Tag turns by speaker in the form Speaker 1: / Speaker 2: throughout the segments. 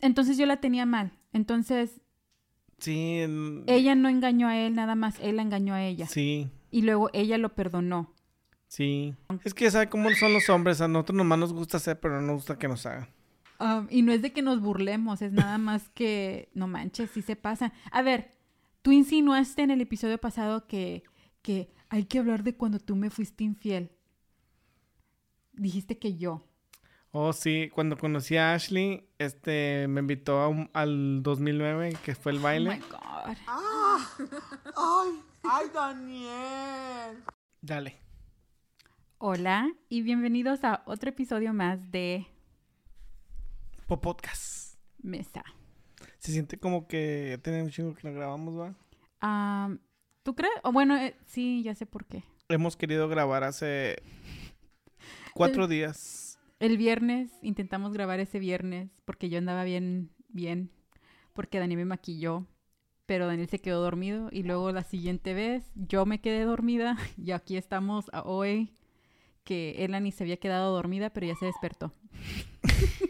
Speaker 1: Entonces yo la tenía mal. Entonces
Speaker 2: Sí. en-
Speaker 1: ella no engañó a él, nada más él la engañó a ella.
Speaker 2: Mm. Sí,
Speaker 1: Y luego ella lo perdonó.
Speaker 2: sí.
Speaker 1: Mm.
Speaker 2: Es que sabe cómo son los hombres. A nosotros nomás nos gusta hacer, pero no nos gusta que nos hagan.
Speaker 1: Um, y no es de que nos burlemos, es nada más que, no manches, sí se pasa. A ver, tú insinuaste en el episodio pasado que, que hay que hablar de cuando tú me fuiste infiel. Dijiste que yo.
Speaker 2: Oh, sí. Cuando conocí a Ashley, este, me invitó a un- al 2009, que fue el
Speaker 1: Oh
Speaker 2: baile.
Speaker 1: my God.
Speaker 2: Dale.
Speaker 1: Hola y bienvenidos a otro episodio más de
Speaker 2: Po podcast.
Speaker 1: Mesa.
Speaker 2: Se siente como que ya tenemos un chingo que no grabamos, ¿va?
Speaker 1: Um, ¿Tú crees? O bueno, eh, sí, ya sé por qué.
Speaker 2: Hemos querido grabar hace cuatro días.
Speaker 1: El viernes intentamos grabar ese viernes porque yo andaba bien, bien, porque Daniel me maquilló, pero Daniel se quedó dormido y luego la siguiente vez yo me quedé dormida y aquí estamos a hoy que Elani se había quedado dormida pero ya se despertó.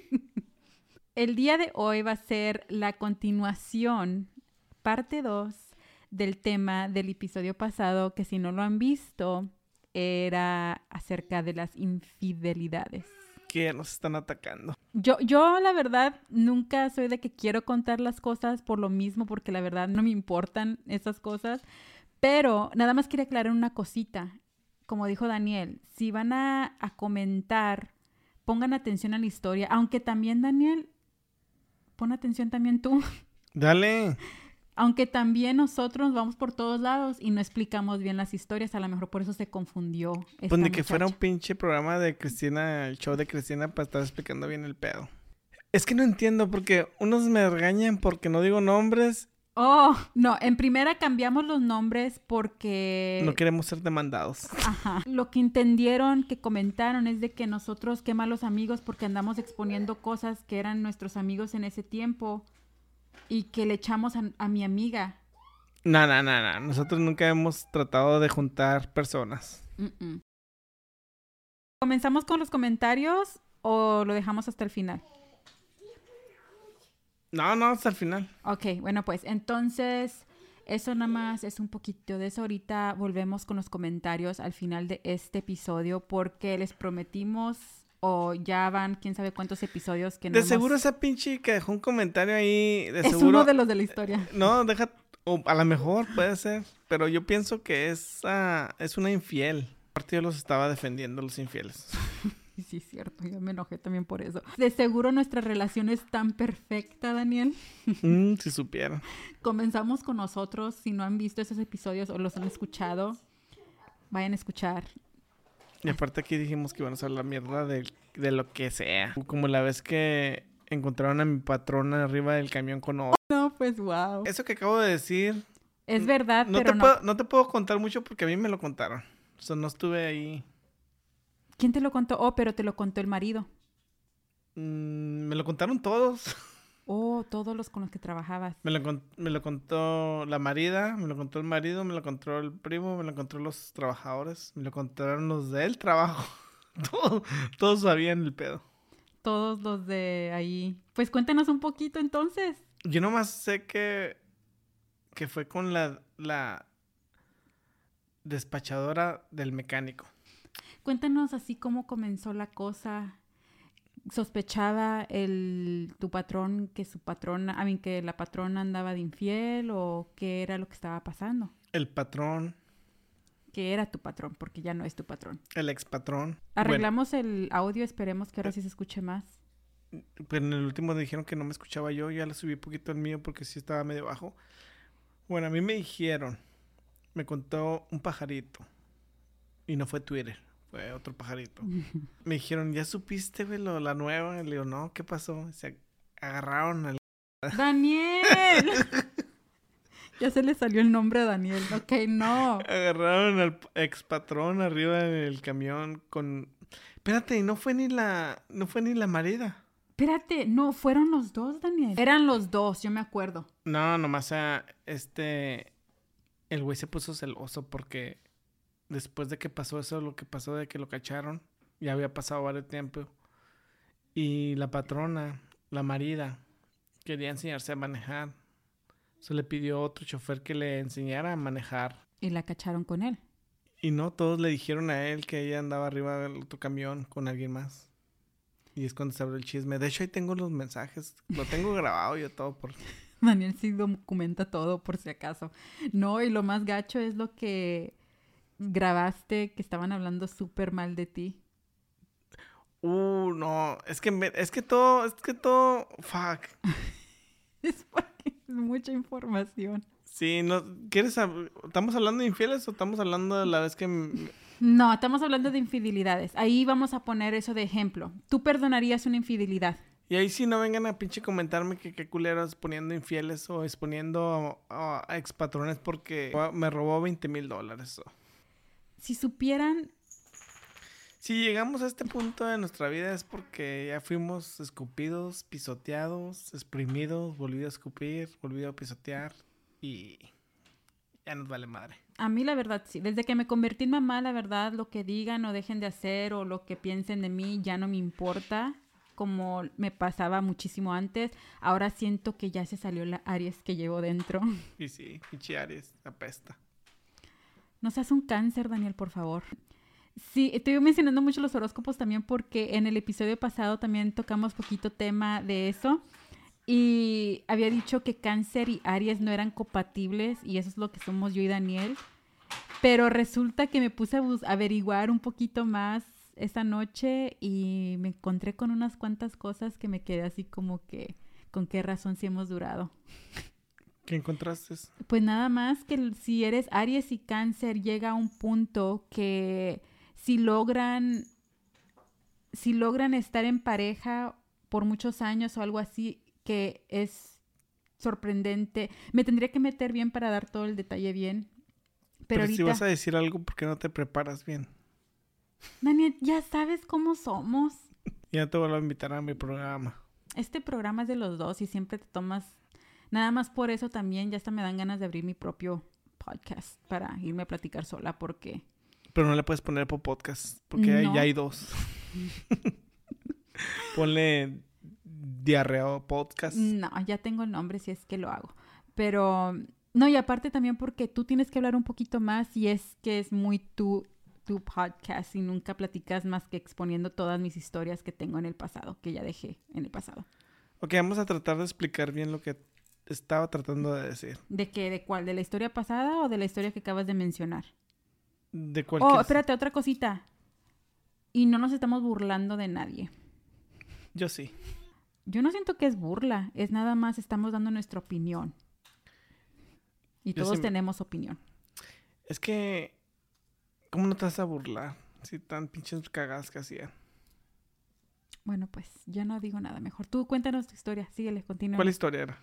Speaker 1: El día de hoy va a ser la continuación, parte 2, del tema del episodio pasado que si no lo han visto era acerca de las infidelidades.
Speaker 2: Que nos están atacando.
Speaker 1: Yo, yo la verdad nunca soy de que quiero contar las cosas por lo mismo, porque la verdad no me importan esas cosas. Pero nada más quería aclarar una cosita. Como dijo Daniel, si van a, a comentar, pongan atención a la historia. Aunque también, Daniel, pon atención también tú.
Speaker 2: Dale.
Speaker 1: Aunque también nosotros vamos por todos lados y no explicamos bien las historias. A lo mejor por eso se confundió. esta
Speaker 2: Pues ni que fuera un
Speaker 1: muchacha.
Speaker 2: pinche programa de Cristina, el show de Cristina, para estar explicando bien el pedo. Es que no entiendo, porque unos me regañan porque no digo nombres,
Speaker 1: Oh, no. En primera cambiamos los nombres porque...
Speaker 2: no queremos ser demandados.
Speaker 1: Ajá. Lo que entendieron, que comentaron, es de que nosotros, qué malos amigos, porque andamos exponiendo cosas que eran nuestros amigos en ese tiempo y que le echamos a, a mi amiga.
Speaker 2: No, no, no, no. Nosotros nunca hemos tratado de juntar personas.
Speaker 1: Mm-mm. ¿Comenzamos con los comentarios o lo dejamos hasta el final?
Speaker 2: No, no, hasta el final.
Speaker 1: Ok, bueno, pues entonces eso nada más es un poquito de eso. Ahorita volvemos con los comentarios al final de este episodio porque les prometimos o ya van quién sabe cuántos episodios que no
Speaker 2: de
Speaker 1: hemos-
Speaker 2: seguro esa pinche que dejó un comentario ahí, de
Speaker 1: es
Speaker 2: seguro.
Speaker 1: uno de los de la historia.
Speaker 2: No, deja. O a lo mejor puede ser, pero yo pienso que es, ah, es una infiel. Aparte yo los estaba defendiendo, los infieles.
Speaker 1: Y Sí, es cierto, yo me enojé también por eso. De seguro nuestra relación es tan perfecta, Daniel.
Speaker 2: Mm, si supieran.
Speaker 1: Comenzamos con nosotros. Si no han visto esos episodios o los han escuchado, vayan a escuchar.
Speaker 2: Y aparte aquí dijimos que iban a usar la mierda de, de lo que sea. Como la vez que encontraron a mi patrona arriba del camión con oro.
Speaker 1: No, pues wow. Es,
Speaker 2: Eso que acabo de decir,
Speaker 1: verdad,
Speaker 2: no
Speaker 1: Ah, pero
Speaker 2: te,
Speaker 1: no.
Speaker 2: Puedo, no te puedo contar mucho porque a mí me lo contaron. O sea, no estuve ahí.
Speaker 1: ¿Quién te lo contó? Oh, pero te lo contó el marido.
Speaker 2: Mm, me lo contaron todos.
Speaker 1: Oh, todos los con los que trabajabas.
Speaker 2: Me lo, con- me lo contó la marida, me lo contó el marido, me lo contó el primo, me lo contó los trabajadores, me lo contaron los del trabajo. Todo- todos sabían el pedo.
Speaker 1: Todos los de ahí. Pues cuéntanos un poquito entonces.
Speaker 2: Yo nomás sé que, que fue con la, la despachadora del mecánico.
Speaker 1: Cuéntanos así cómo comenzó la cosa. ¿Sospechaba el, tu patrón que su patrona, a mí que la patrona andaba de infiel o qué era lo que estaba pasando?
Speaker 2: El patrón,
Speaker 1: Que era tu patrón, porque ya no es tu patrón.
Speaker 2: el ex patrón.
Speaker 1: Arreglamos el audio, esperemos que ahora sí se escuche más.
Speaker 2: Pero Pues en el último dijeron que no me escuchaba yo, ya le subí un poquito el mío porque sí estaba medio bajo. Bueno, a mí me dijeron, me contó un pajarito. Y no fue Twitter, fue otro pajarito. me dijeron, ¿ya supiste, güey, lo- la nueva? Y le digo, no, ¿qué pasó? Se agarraron al...
Speaker 1: ¡Daniel! ya se le salió el nombre a Daniel. Ok, no.
Speaker 2: Agarraron al ex patrón arriba del camión con. Espérate, no fue ni la. No fue ni la marida.
Speaker 1: Espérate, no, fueron los dos, Daniel. Eran los dos, yo me acuerdo.
Speaker 2: No, nomás a este. El güey se puso celoso porque después de que pasó eso, lo que pasó de que lo cacharon, ya había pasado varios tiempo. Y la patrona, la marida, quería enseñarse a manejar. Se le pidió a otro chofer que le enseñara a manejar.
Speaker 1: Y la cacharon con él.
Speaker 2: Y no, todos le dijeron a él que ella andaba arriba del otro camión con alguien más. Y es cuando se abrió el chisme. De hecho, ahí tengo los mensajes. Lo tengo grabado yo todo por...
Speaker 1: Daniel sí documenta todo por si acaso. No, y lo más gacho es lo que grabaste, que estaban hablando súper mal de ti.
Speaker 2: Uh, no. Es que, me- es que todo... Es que todo... Fuck.
Speaker 1: Es porque es mucha información.
Speaker 2: Sí, no... ¿Quieres... sab- ¿Estamos hablando de infieles o estamos hablando de la vez que... m-
Speaker 1: No, estamos hablando de infidelidades. Ahí vamos a poner eso de ejemplo. ¿Tú perdonarías una infidelidad?
Speaker 2: Y ahí sí no vengan a pinche comentarme que qué culeros poniendo infieles o exponiendo a, a expatrones porque me robó 20 mil dólares.
Speaker 1: Si supieran,
Speaker 2: Si llegamos a este punto de nuestra vida es porque ya fuimos escupidos, pisoteados, exprimidos, volvido a escupir, volvido a pisotear y ya nos vale madre.
Speaker 1: a mí la verdad sí. Desde que me convertí en mamá, la verdad, lo que digan o dejen de hacer o lo que piensen de mí ya no me importa, como me pasaba muchísimo antes. Ahora siento que ya se salió la Aries que llevo dentro.
Speaker 2: Y sí, pinche Aries, apesta.
Speaker 1: No seas un cáncer, Daniel, por favor. Sí, estoy mencionando mucho los horóscopos también porque en el episodio pasado también tocamos poquito tema de eso. Y había dicho que cáncer y Aries no eran compatibles y eso es lo que somos yo y Daniel. Pero resulta que me puse a bus- averiguar un poquito más esa noche y me encontré con unas cuantas cosas que me quedé así como que con qué razón sí hemos durado.
Speaker 2: ¿Qué encontraste?
Speaker 1: Pues nada más que el- si eres Aries y Cáncer llega a un punto que si logran si logran estar en pareja por muchos años o algo así que es sorprendente. Me tendría que meter bien para dar todo el detalle bien. Pero,
Speaker 2: Pero, si
Speaker 1: ahorita
Speaker 2: vas a decir algo porque no te preparas bien.
Speaker 1: Daniel, ya sabes cómo somos.
Speaker 2: Ya te vuelvo a invitar a mi programa.
Speaker 1: Este programa es de los dos y siempre te tomas nada más por eso también ya hasta me dan ganas de abrir mi propio podcast para irme a platicar sola porque
Speaker 2: Pero no le puedes poner por podcast porque ya-
Speaker 1: No.
Speaker 2: ya hay dos. Ponle diarreo podcast.
Speaker 1: No, ya tengo el nombre si es que lo hago. Pero, no, y aparte también porque tú tienes que hablar un poquito más y es que es muy tu, tu podcast y nunca platicas más que exponiendo todas mis historias que tengo en el pasado, que ya dejé en el pasado.
Speaker 2: Ok, vamos a tratar de explicar bien lo que estaba tratando de decir.
Speaker 1: ¿De qué? ¿De cuál? ¿De la historia pasada o de la historia que acabas de mencionar?
Speaker 2: De
Speaker 1: Oh,
Speaker 2: cualquier...
Speaker 1: espérate, otra cosita. Y no nos estamos burlando de nadie.
Speaker 2: Yo sí.
Speaker 1: Yo no siento que es burla, es nada más estamos dando nuestra opinión. Y
Speaker 2: Yo
Speaker 1: todos
Speaker 2: sí me-
Speaker 1: tenemos opinión.
Speaker 2: Es que... ¿Cómo no te vas a burlar? Si tan pinches cagadas que hacían.
Speaker 1: Bueno, pues ya no digo nada mejor. Tú cuéntanos tu historia, síguele, continúa.
Speaker 2: ¿Cuál historia era?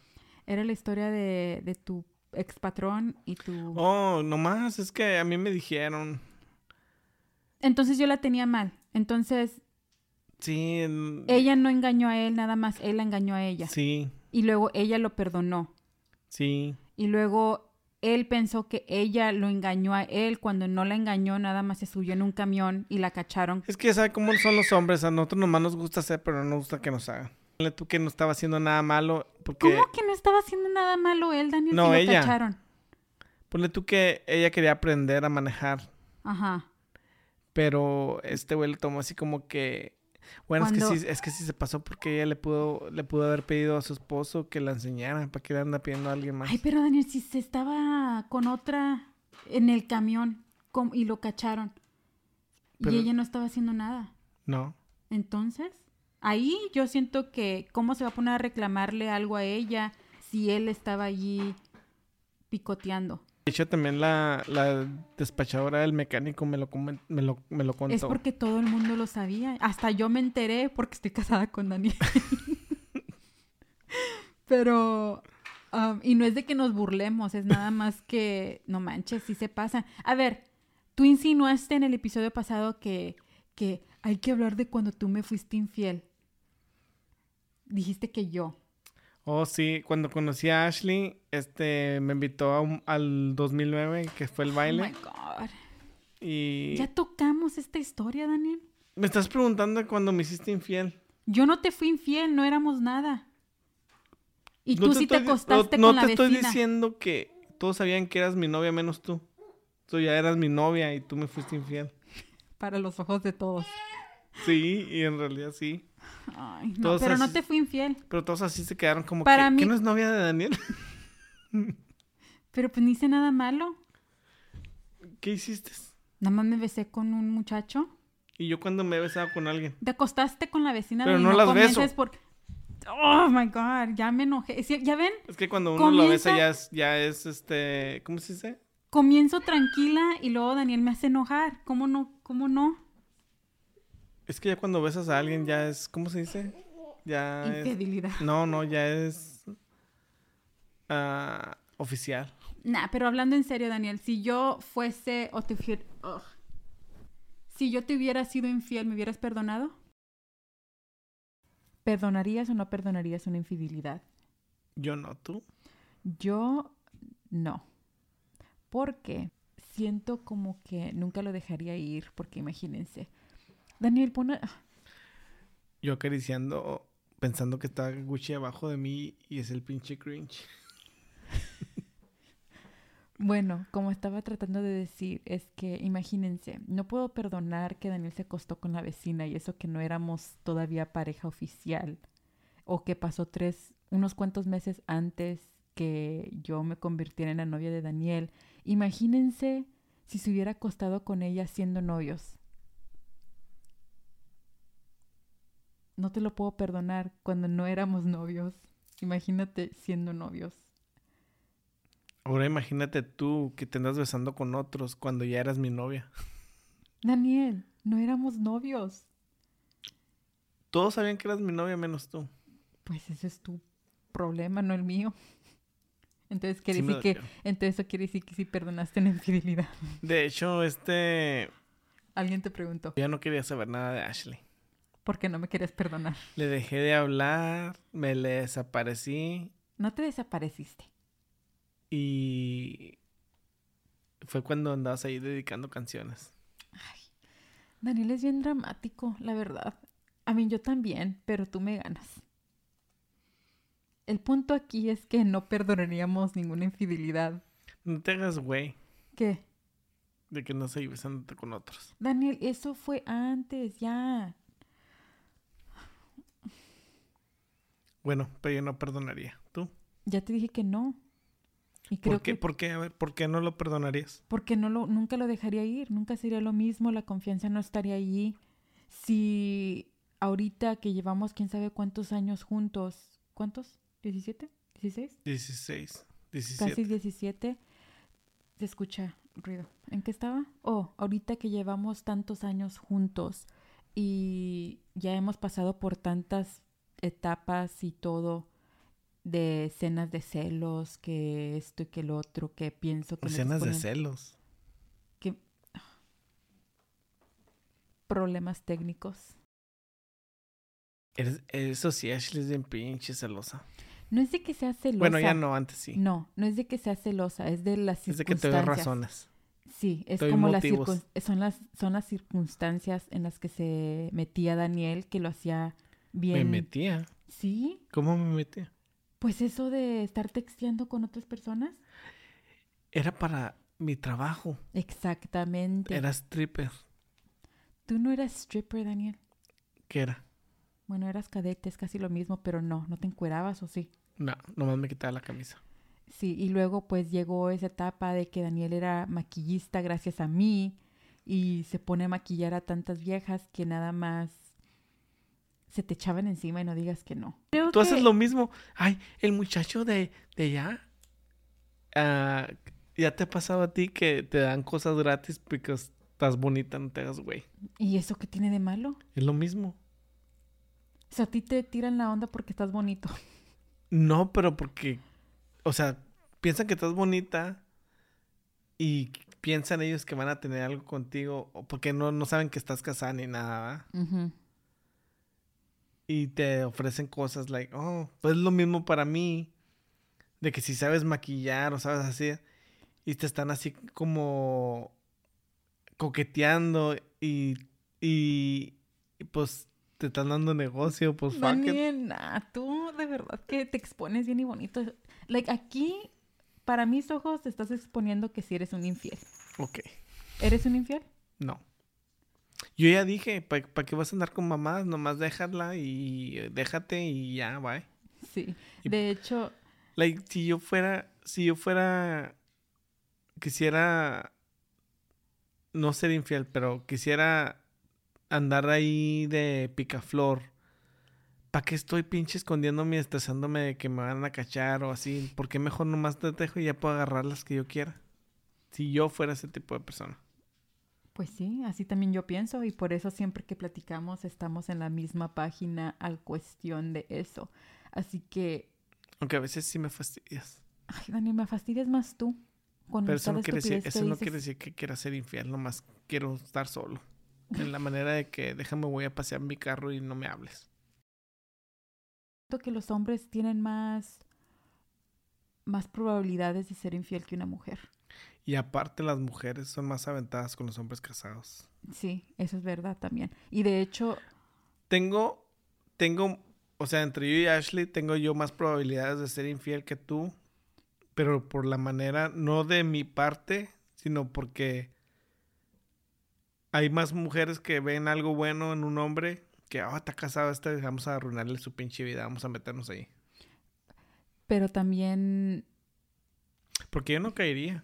Speaker 1: Era la historia de, de tu ex patrón y tu...
Speaker 2: Oh, nomás. Es que a mí me dijeron...
Speaker 1: Entonces yo la tenía mal. Entonces
Speaker 2: Sí, el-
Speaker 1: ella no engañó a él, nada más él la engañó a ella.
Speaker 2: Mm. Sí,
Speaker 1: Y luego ella lo perdonó.
Speaker 2: sí.
Speaker 1: Y luego él pensó que ella lo engañó a él cuando no la engañó, nada más se subió en un camión y la cacharon.
Speaker 2: Es que ya sabe cómo son los hombres. A nosotros nomás nos gusta hacer, pero no nos gusta que nos hagan. Ponle tú que no estaba haciendo nada malo. Porque...
Speaker 1: ¿Cómo que no estaba haciendo nada malo él, Daniel?
Speaker 2: No,
Speaker 1: si lo
Speaker 2: ella.
Speaker 1: cacharon.
Speaker 2: Ponle tú que ella quería aprender a manejar.
Speaker 1: Ajá.
Speaker 2: Pero este güey lo tomó así como que. Bueno, es que
Speaker 1: Cuando-
Speaker 2: sí, es que sí se pasó porque ella le pudo, le pudo haber pedido a su esposo que la enseñara para que le anda pidiendo a alguien más.
Speaker 1: Ay, pero Daniel, si se estaba con otra en el camión com- y lo cacharon.
Speaker 2: Pero-
Speaker 1: Y ella no estaba haciendo nada.
Speaker 2: No.
Speaker 1: Entonces, ahí yo siento que cómo se va a poner a reclamarle algo a ella si él estaba allí picoteando.
Speaker 2: De hecho, también la, la despachadora del mecánico me lo, comen- me lo, me lo contó.
Speaker 1: Es porque todo el mundo lo sabía. Hasta yo me enteré porque estoy casada con Daniel. Pero, um, y no es de que nos burlemos, es nada más que, no manches, sí se pasa. A ver, tú insinuaste en el episodio pasado que, que hay que hablar de cuando tú me fuiste infiel. Dijiste que yo.
Speaker 2: Oh, sí. Cuando conocí a Ashley, este, me invitó a un- al 2009, que fue el
Speaker 1: Oh my
Speaker 2: baile.
Speaker 1: God.
Speaker 2: y
Speaker 1: Ya tocamos esta historia, Daniel.
Speaker 2: me estás preguntando cuando me hiciste infiel.
Speaker 1: Yo no te fui infiel, no éramos nada. Y tú sí te
Speaker 2: estoy di-
Speaker 1: acostaste
Speaker 2: no,
Speaker 1: con
Speaker 2: no
Speaker 1: la
Speaker 2: te estoy
Speaker 1: vecina.
Speaker 2: diciendo que todos sabían que eras mi novia menos tú. Tú ya eras mi novia y tú me fuiste infiel.
Speaker 1: Para los ojos de todos.
Speaker 2: Sí, y en realidad sí.
Speaker 1: Ay, no,
Speaker 2: Todos
Speaker 1: pero no
Speaker 2: así-
Speaker 1: te fui infiel.
Speaker 2: Pero todos así se quedaron como
Speaker 1: Para
Speaker 2: que,
Speaker 1: mí-
Speaker 2: ¿qué no es novia de Daniel?
Speaker 1: Pero pues no hice nada malo.
Speaker 2: ¿Qué hiciste?
Speaker 1: Nada más me besé con un muchacho.
Speaker 2: Y yo cuando me he besado con alguien.
Speaker 1: Te acostaste con la vecina
Speaker 2: Pero
Speaker 1: y
Speaker 2: no las
Speaker 1: comiences
Speaker 2: beso.
Speaker 1: por- Oh my god, ya me enojé. Sí, ¿Ya ven?
Speaker 2: Es que cuando uno lo
Speaker 1: Comienza-
Speaker 2: besa ya es, ya es este, ¿cómo se dice?
Speaker 1: Comienzo tranquila y luego Daniel me hace enojar. ¿Cómo no? ¿Cómo no?
Speaker 2: Es que ya cuando besas a alguien ya es, ¿cómo se dice? Ya Ah, es...
Speaker 1: Infidelidad.
Speaker 2: No, no, ya es ah, oficial.
Speaker 1: Nah, pero hablando en serio, Daniel, si yo fuese o te hubiera... Ugh. Si yo te hubiera sido infiel, ¿me hubieras perdonado? ¿Perdonarías o no perdonarías una infidelidad?
Speaker 2: Yo no, tú.
Speaker 1: Yo no. Porque siento como que nunca lo dejaría ir, porque imagínense. Daniel, pone...
Speaker 2: Yo acariciando, pensando que está Gucci abajo de mí y es el pinche cringe.
Speaker 1: Bueno, como estaba tratando de decir, es que imagínense, no puedo perdonar que Daniel se acostó con la vecina y eso que no éramos todavía pareja oficial o que pasó tres, unos cuantos meses antes que yo me convirtiera en la novia de Daniel. Imagínense si se hubiera acostado con ella siendo novios. No te lo puedo perdonar cuando no éramos novios. Imagínate siendo novios.
Speaker 2: Ahora imagínate tú que te andas besando con otros cuando ya eras mi novia.
Speaker 1: Daniel, no éramos novios.
Speaker 2: Todos sabían que eras mi novia menos tú.
Speaker 1: Pues ese es tu problema, no el mío. Entonces quiere
Speaker 2: Sí me
Speaker 1: decir que,
Speaker 2: dolió.
Speaker 1: entonces eso quiere decir que sí perdonaste una infidelidad.
Speaker 2: De hecho, este...
Speaker 1: Alguien te preguntó,
Speaker 2: Ya no quería saber nada de Ashley.
Speaker 1: ¿por qué no me querías perdonar?
Speaker 2: Le dejé de hablar, me le desaparecí
Speaker 1: No te desapareciste.
Speaker 2: y fue cuando andabas ahí dedicando canciones.
Speaker 1: Daniel es bien dramático, la verdad. A mí yo también, pero tú me ganas. El punto aquí es que no perdonaríamos ninguna infidelidad.
Speaker 2: No te hagas güey
Speaker 1: ¿Qué?
Speaker 2: de que no seguí besándote con otros.
Speaker 1: Daniel, eso fue antes, ya.
Speaker 2: Bueno, pero yo no perdonaría. ¿Tú?
Speaker 1: Ya te dije que no. Y creo
Speaker 2: ¿Por qué?
Speaker 1: que
Speaker 2: ¿Por qué? A ver, ¿por qué no lo perdonarías?
Speaker 1: porque no lo, nunca lo dejaría ir, nunca sería lo mismo, la confianza no estaría allí. Si ahorita que llevamos quién sabe cuántos años juntos, ¿cuántos? ¿17? ¿16?
Speaker 2: 16, 17.
Speaker 1: Casi 17. Se escucha ruido. ¿En qué estaba? Oh, ahorita que llevamos tantos años juntos y ya hemos pasado por tantas etapas y todo de escenas de celos, que esto y que el otro, que pienso que me estás
Speaker 2: Escenas de
Speaker 1: poniendo-
Speaker 2: celos.
Speaker 1: que problemas técnicos.
Speaker 2: Eres- eso sí, Ashley es bien pinche celosa.
Speaker 1: No es de que sea celosa.
Speaker 2: Bueno, ya no, antes sí.
Speaker 1: No, no es de que sea celosa, es de las
Speaker 2: es
Speaker 1: circunstancias.
Speaker 2: de que te doy razones.
Speaker 1: Sí, es
Speaker 2: Doy
Speaker 1: como las,
Speaker 2: motivos.
Speaker 1: circun- son las son las circunstancias en las que se metía Daniel que lo hacía bien.
Speaker 2: Me metía.
Speaker 1: Sí,
Speaker 2: ¿Cómo me metía?
Speaker 1: pues eso de estar texteando con otras personas.
Speaker 2: Era para mi trabajo.
Speaker 1: Exactamente.
Speaker 2: Era stripper.
Speaker 1: Tú no eras stripper, Daniel.
Speaker 2: ¿Qué era?
Speaker 1: Bueno, eras cadete, es casi lo mismo, pero no, no te encuerabas o sí.
Speaker 2: No, nomás me quitaba la camisa.
Speaker 1: Sí, y luego pues llegó esa etapa de que Daniel era maquillista gracias a mí y se pone a maquillar a tantas viejas que nada más se te echaban encima y no digas que no. Creo
Speaker 2: Tú haces
Speaker 1: que-
Speaker 2: lo mismo. Ay, el muchacho de, de allá. ah, ya te ha pasado a ti que te dan cosas gratis porque estás bonita, no te hagas güey.
Speaker 1: ¿Y eso qué tiene de malo?
Speaker 2: Es lo mismo.
Speaker 1: O sea, a ti te tiran la onda porque estás bonito.
Speaker 2: No, pero porque. O sea, piensan que estás bonita y piensan ellos que van a tener algo contigo o porque no, no saben que estás casada ni nada. ¿verdad? y te ofrecen cosas like, oh, pues es lo mismo para mí, de que si sabes maquillar o sabes hacer, y te están así como coqueteando y, y, y, pues te te están dando negocio, pues fuck it.
Speaker 1: Daniel, nah, tú de verdad que te expones bien y bonito. Like, aquí, para mis ojos, te estás exponiendo que sí eres un infiel.
Speaker 2: Ok,
Speaker 1: ¿Eres un infiel?
Speaker 2: no. Yo ya dije, ¿para qué vas a andar con mamás? Nomás déjala y eh, déjate y ya, bye.
Speaker 1: Sí.
Speaker 2: Y-
Speaker 1: De hecho,
Speaker 2: Like, si yo fuera, si yo fuera, quisiera no ser infiel, pero quisiera andar ahí de picaflor. ¿Para qué estoy pinche escondiéndome y estresándome de que me van a cachar o así? ¿Por qué mejor nomás te dejo y ya puedo agarrar las que yo quiera? Si yo fuera ese tipo de persona.
Speaker 1: Pues sí, así también yo pienso y por eso siempre que platicamos estamos en la misma página al cuestión de eso. Así que,
Speaker 2: Aunque a veces sí me fastidias.
Speaker 1: ay, Dani, me fastidias más tú con
Speaker 2: Pero eso
Speaker 1: cada
Speaker 2: no quiere decir,
Speaker 1: estupidez que
Speaker 2: eso no
Speaker 1: dices.
Speaker 2: quiere decir que quiera ser infiel, nomás quiero estar solo. En la manera de que déjame voy a pasear en mi carro y no me hables.
Speaker 1: Siento que los hombres tienen más más probabilidades de ser infiel que una mujer.
Speaker 2: Y aparte las mujeres son más aventadas con los hombres casados.
Speaker 1: Sí, eso es verdad también. Y de hecho,
Speaker 2: Tengo, tengo, o sea, entre yo y Ashley tengo yo más probabilidades de ser infiel que tú, pero por la manera, no de mi parte, sino porque hay más mujeres que ven algo bueno en un hombre que, ah, está casado este, vamos a arruinarle su pinche vida, vamos a meternos ahí.
Speaker 1: pero también
Speaker 2: Porque yo no caería.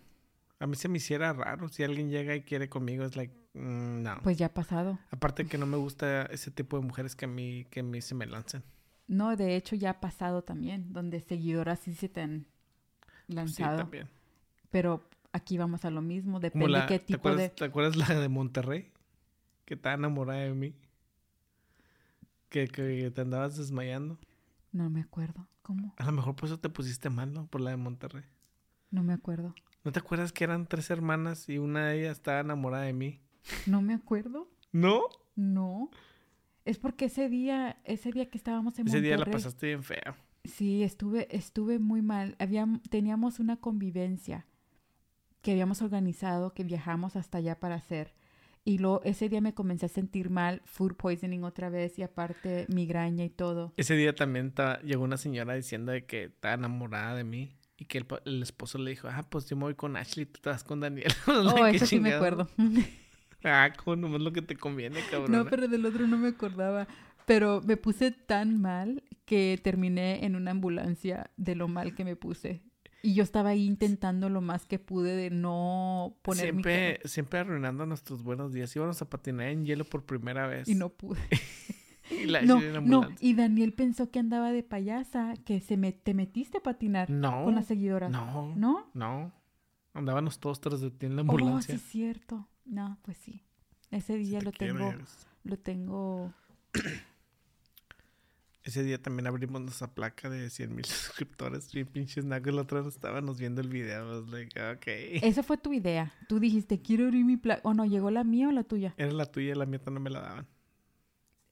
Speaker 2: A mí se me hiciera raro si alguien llega y quiere conmigo. Es like, mm, no.
Speaker 1: pues ya ha pasado.
Speaker 2: Aparte que no me gusta ese tipo de mujeres que a mí, que a mí se me lancen.
Speaker 1: No, de hecho ya ha pasado también, donde seguidoras sí se te han
Speaker 2: Pues Sí,
Speaker 1: lanzado.
Speaker 2: también.
Speaker 1: pero aquí vamos a lo mismo,
Speaker 2: Como
Speaker 1: depende
Speaker 2: la,
Speaker 1: qué
Speaker 2: ¿te,
Speaker 1: tipo
Speaker 2: acuerdas,
Speaker 1: de...
Speaker 2: ¿Te acuerdas la de Monterrey? Que estaba enamorada de mí. Que, que te andabas desmayando.
Speaker 1: No me acuerdo. ¿Cómo?
Speaker 2: A lo mejor por eso te pusiste mal, ¿no? Por la de Monterrey.
Speaker 1: No me acuerdo.
Speaker 2: ¿No te acuerdas que eran tres hermanas y una de ellas estaba enamorada de mí?
Speaker 1: No me acuerdo.
Speaker 2: ¿No?
Speaker 1: No. Es porque ese día, ese día que estábamos en
Speaker 2: Ese día la
Speaker 1: Monterrey,
Speaker 2: pasaste bien fea.
Speaker 1: Sí, estuve, estuve muy mal. Había, teníamos una convivencia que habíamos organizado, que viajamos hasta allá para hacer. Y luego ese día me comencé a sentir mal, food poisoning otra vez y aparte migraña y todo.
Speaker 2: Ese día también ta- llegó una señora diciendo de que estaba enamorada de mí y que el, pa- el esposo le dijo, ah, pues yo me voy con Ashley, tú te vas con Daniel.
Speaker 1: Oh,
Speaker 2: Like, ¿qué
Speaker 1: eso sí me
Speaker 2: chingados?
Speaker 1: acuerdo.
Speaker 2: Ah, como nomás lo que te conviene, cabrón.
Speaker 1: No, pero del otro no me acordaba. Pero me puse tan mal que terminé en una ambulancia de lo mal que me puse. Y yo estaba ahí intentando lo más que pude de no poner mi cara.
Speaker 2: siempre, siempre arruinando nuestros buenos días. Íbamos a patinar en hielo por primera vez.
Speaker 1: Y no pude.
Speaker 2: Y la
Speaker 1: No,
Speaker 2: Ashley en
Speaker 1: no.
Speaker 2: ambulancia.
Speaker 1: Y Daniel pensó que andaba de payasa, que se me, te metiste a patinar
Speaker 2: No,
Speaker 1: con las seguidoras.
Speaker 2: no, no,
Speaker 1: ¿No?
Speaker 2: Andábamos todos tras de ti en
Speaker 1: Oh,
Speaker 2: la ambulancia.
Speaker 1: sí, es cierto. No, pues sí. Ese
Speaker 2: Sí
Speaker 1: día
Speaker 2: te
Speaker 1: lo
Speaker 2: quiero,
Speaker 1: tengo,
Speaker 2: ya ves.
Speaker 1: lo tengo.
Speaker 2: Ese día también abrimos nuestra placa de 100 mil suscriptores. Bien pinches nacos. La otra nos estábamos viendo el video. I was like, ok.
Speaker 1: Esa fue tu idea. Tú dijiste, quiero abrir mi placa. O no, llegó la mía o la tuya.
Speaker 2: Era la tuya, la mía no me la daban.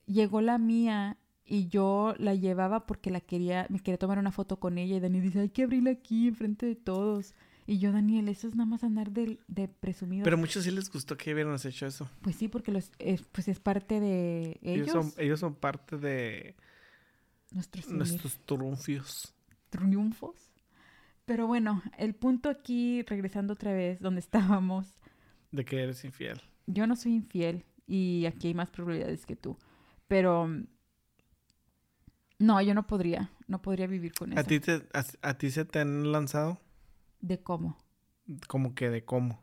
Speaker 1: llegó la mía y yo la llevaba porque la quería, me quería tomar una foto con ella y Daniel dice, hay que abrirla aquí enfrente de todos. Y yo, Daniel, eso es nada más andar de, de presumido.
Speaker 2: Pero a muchos sí les gustó que hubiéramos hecho eso.
Speaker 1: pues sí, porque los, es, pues es parte de ellos, Pues
Speaker 2: Ellos, son, eh, ellos son parte de
Speaker 1: nuestros triunf-
Speaker 2: nuestros trunfios.
Speaker 1: triunfos. Pero bueno, el punto aquí, regresando otra vez donde estábamos,
Speaker 2: De que eres infiel.
Speaker 1: yo no soy infiel y aquí hay más probabilidades que tú. Pero mm, no, yo no podría, no podría vivir con eso.
Speaker 2: ¿A ti, te, a, a ti se te han lanzado?
Speaker 1: ¿De cómo?
Speaker 2: Como que de cómo.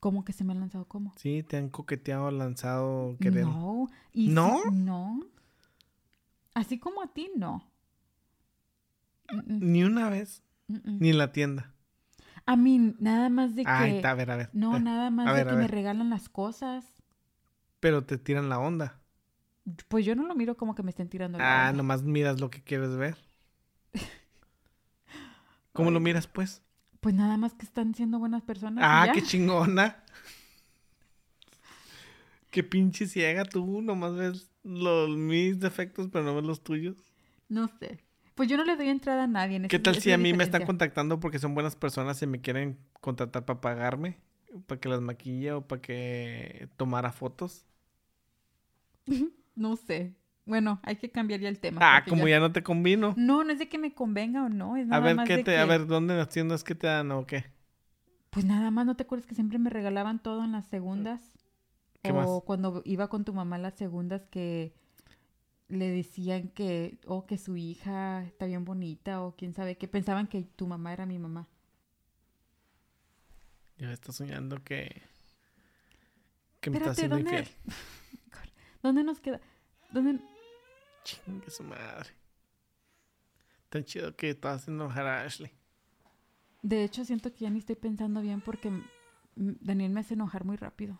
Speaker 1: ¿Cómo que se me ha lanzado cómo?
Speaker 2: Sí, te han coqueteado, lanzado, queriendo.
Speaker 1: No. y si-
Speaker 2: ¿No?
Speaker 1: no. Así como a ti, no. Mm, mm,
Speaker 2: Ni una vez.
Speaker 1: mm, mm.
Speaker 2: Ni en la tienda.
Speaker 1: A mí, nada más de que...
Speaker 2: Ay, está, a ver, a ver.
Speaker 1: No,
Speaker 2: Eh,
Speaker 1: nada más
Speaker 2: a
Speaker 1: de
Speaker 2: ver, a
Speaker 1: que me
Speaker 2: ver.
Speaker 1: regalan las cosas.
Speaker 2: Pero te tiran la onda.
Speaker 1: Pues yo no lo miro como que me estén tirando la
Speaker 2: Ah,
Speaker 1: onda.
Speaker 2: nomás miras lo que quieres ver. ¿Cómo
Speaker 1: Ay,
Speaker 2: lo miras, pues?
Speaker 1: Pues nada más que están siendo buenas personas. y
Speaker 2: Ah,
Speaker 1: pues ya.
Speaker 2: qué chingona. Qué pinche ciega tú, nomás ves los mis defectos, pero no ves los tuyos.
Speaker 1: No sé. Pues yo no le doy entrada a nadie. en
Speaker 2: ¿Qué
Speaker 1: ese-
Speaker 2: tal
Speaker 1: esa
Speaker 2: si
Speaker 1: es
Speaker 2: a
Speaker 1: la
Speaker 2: mí me están
Speaker 1: diferencia.
Speaker 2: contactando porque son buenas personas y me quieren contratar para pagarme? ¿Para que las maquille o para que tomara fotos?
Speaker 1: No sé. Bueno, hay que cambiar ya el tema.
Speaker 2: Ah,
Speaker 1: porque
Speaker 2: como ya no te combino.
Speaker 1: No, no es de que me convenga o no, es
Speaker 2: A
Speaker 1: nada
Speaker 2: ver
Speaker 1: más
Speaker 2: qué
Speaker 1: de
Speaker 2: te,
Speaker 1: que...
Speaker 2: a ver, ¿dónde en las tiendas qué te dan o qué?
Speaker 1: Pues nada más, ¿no te acuerdas que siempre me regalaban todo en las segundas?
Speaker 2: ¿Qué
Speaker 1: o
Speaker 2: más?
Speaker 1: cuando iba con tu mamá a las segundas que le decían que, oh, que su hija está bien bonita o quién sabe qué, pensaban que tu mamá era mi mamá.
Speaker 2: Ya está soñando que. Que me
Speaker 1: Espérate,
Speaker 2: está haciendo
Speaker 1: ¿dónde?
Speaker 2: infiel.
Speaker 1: ¿Dónde nos queda? ¿Dónde?
Speaker 2: Chingue su madre. Tan chido que estaba haciendo enojar a Ashley.
Speaker 1: De hecho, siento que ya ni estoy pensando bien porque mm, Daniel me hace enojar muy rápido.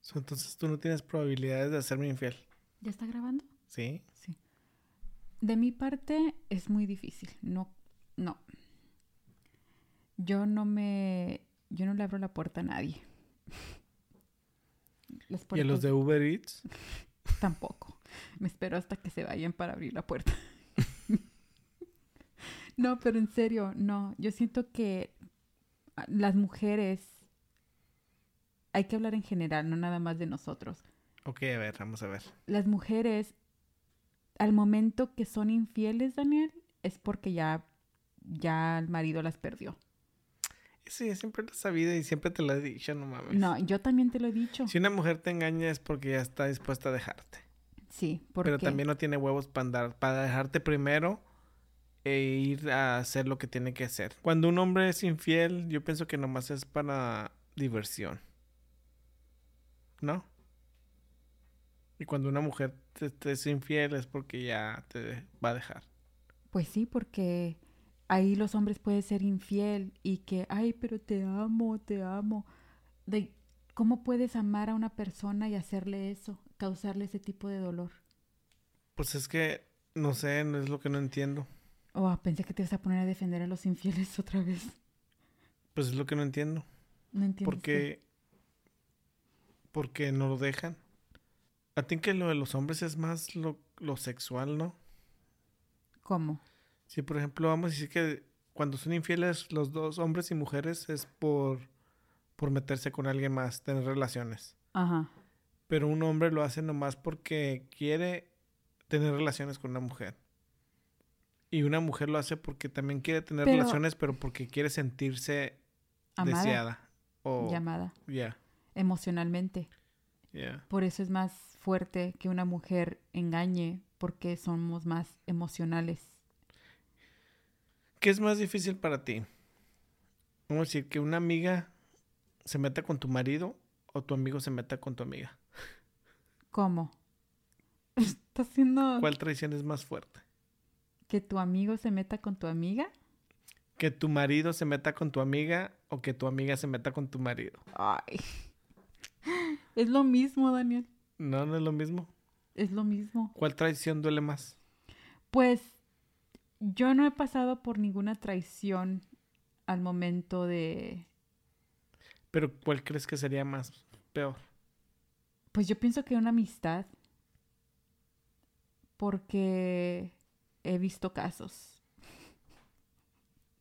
Speaker 2: So, Entonces tú no tienes probabilidades de hacerme infiel.
Speaker 1: ¿Ya está grabando?
Speaker 2: ¿Sí?
Speaker 1: De mi parte es muy difícil. No, no. Yo no me, yo no le abro la puerta a nadie. Las
Speaker 2: ¿Y a los
Speaker 1: puertas
Speaker 2: de Uber Eats?
Speaker 1: tampoco. Me espero hasta que se vayan para abrir la puerta. no, pero en serio, no. Yo siento que a- las mujeres hay que hablar en general, no nada más de nosotros.
Speaker 2: Ok, a ver, vamos a ver.
Speaker 1: las mujeres al momento que son infieles, Daniel, es porque ya ya el marido las perdió.
Speaker 2: Sí, siempre lo he sabido y siempre te lo he dicho, no mames.
Speaker 1: No, yo también te lo he dicho.
Speaker 2: Si una mujer te engaña es porque ya está dispuesta a dejarte.
Speaker 1: Sí, porque
Speaker 2: Pero también no tiene huevos para andar, para dejarte primero e ir a hacer lo que tiene que hacer. Cuando un hombre es infiel, yo pienso que nomás es para diversión. ¿No? Y cuando una mujer te, te es infiel es porque ya te va a dejar.
Speaker 1: pues sí, porque ahí los hombres pueden ser infiel y que, ay, pero te amo, te amo. De, ¿Cómo puedes amar a una persona y hacerle eso, causarle ese tipo de dolor?
Speaker 2: Pues es que, no sé, no es lo que no entiendo.
Speaker 1: Oh, pensé que te ibas a poner a defender a los infieles otra vez.
Speaker 2: Pues es lo que no entiendo.
Speaker 1: No entiendo.
Speaker 2: Porque, porque no lo dejan. A ti que lo de los hombres es más lo, lo sexual, ¿no?
Speaker 1: ¿Cómo?
Speaker 2: Si, por ejemplo, vamos a decir que cuando son infieles los dos, hombres y mujeres, es por, por meterse con alguien más, tener relaciones.
Speaker 1: Ajá.
Speaker 2: Pero un hombre lo hace nomás porque quiere tener relaciones con una mujer. Y una mujer lo hace porque también quiere tener
Speaker 1: Pero-
Speaker 2: relaciones, pero porque quiere sentirse
Speaker 1: Amada,
Speaker 2: deseada. O, ya,
Speaker 1: llamada,
Speaker 2: ya.
Speaker 1: emocionalmente. Por eso es más fuerte que una mujer engañe porque somos más emocionales.
Speaker 2: ¿Qué es más difícil para ti? Vamos a decir que una amiga se meta con tu marido o tu amigo se meta con tu amiga.
Speaker 1: ¿Cómo? ¿Estás haciendo
Speaker 2: ¿Cuál traición es más fuerte?
Speaker 1: que tu amigo se meta con tu amiga?
Speaker 2: ¿Que tu marido se meta con tu amiga o que tu amiga se meta con tu marido?
Speaker 1: Ay. Es lo mismo, Daniel.
Speaker 2: No, no es lo mismo.
Speaker 1: Es lo mismo.
Speaker 2: ¿Cuál traición duele más?
Speaker 1: Pues yo no he pasado por ninguna traición al momento de...
Speaker 2: Pero ¿cuál crees que sería más peor?
Speaker 1: Pues yo pienso que una amistad. Porque he visto casos.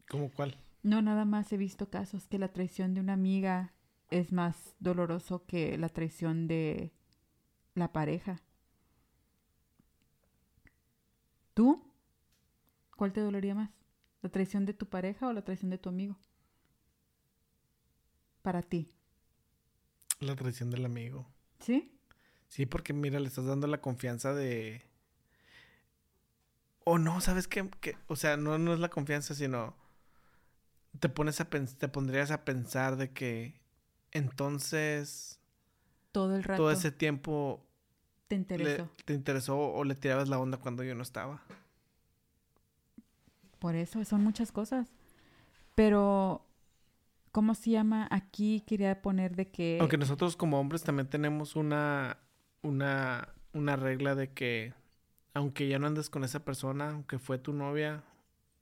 Speaker 2: ¿Cómo cuál?
Speaker 1: No, nada más he visto casos que la traición de una amiga es más doloroso que la traición de la pareja. ¿Tú? ¿Cuál te dolería más? ¿La traición de tu pareja o la traición de tu amigo? Para ti,
Speaker 2: La traición del amigo.
Speaker 1: ¿sí?
Speaker 2: Sí, porque mira, le estás dando la confianza de... O no, ¿sabes qué? Que- O sea, no, no es la confianza, sino... Te, pones a pens- te pondrías a pensar de que entonces
Speaker 1: Todo el rato
Speaker 2: todo ese tiempo
Speaker 1: te
Speaker 2: le-
Speaker 1: interesó.
Speaker 2: te interesó o le tirabas la onda cuando yo no estaba.
Speaker 1: Por eso, son muchas cosas. Pero, ¿cómo se llama? Aquí quería poner de que...
Speaker 2: Aunque nosotros como hombres también tenemos una, una, una regla de que aunque ya no andes con esa persona, aunque fue tu novia,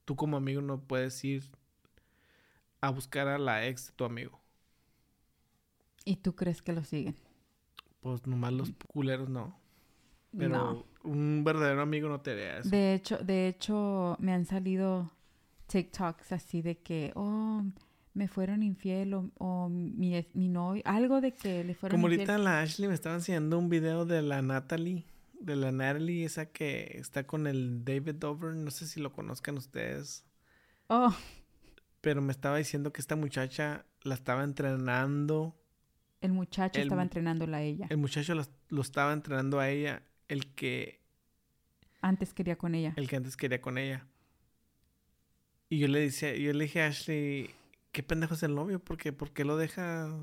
Speaker 2: tú como amigo no puedes ir a buscar a la ex de tu amigo.
Speaker 1: ¿Y tú crees que lo siguen?
Speaker 2: Pues nomás los culeros no. Pero
Speaker 1: no.
Speaker 2: un verdadero amigo no te haría eso.
Speaker 1: De hecho, de hecho, me han salido TikToks así de que, oh, me fueron infiel o, o mi, ex- mi novio, algo de que le fueron
Speaker 2: Como
Speaker 1: infiel.
Speaker 2: ahorita la Ashley me estaba enseñando un video de la Natalie, de la Natalie, esa que está con el David Dover, no sé si lo conozcan ustedes,
Speaker 1: Oh,
Speaker 2: pero me estaba diciendo que esta muchacha la estaba entrenando,
Speaker 1: el muchacho
Speaker 2: El
Speaker 1: estaba
Speaker 2: mu-
Speaker 1: entrenándola a ella.
Speaker 2: el muchacho la- lo estaba entrenando a ella, el que,
Speaker 1: Antes quería con ella.
Speaker 2: el que antes quería con ella. Y yo le decía, yo le dije a Ashley, qué pendejo es el novio, porque ¿por qué lo deja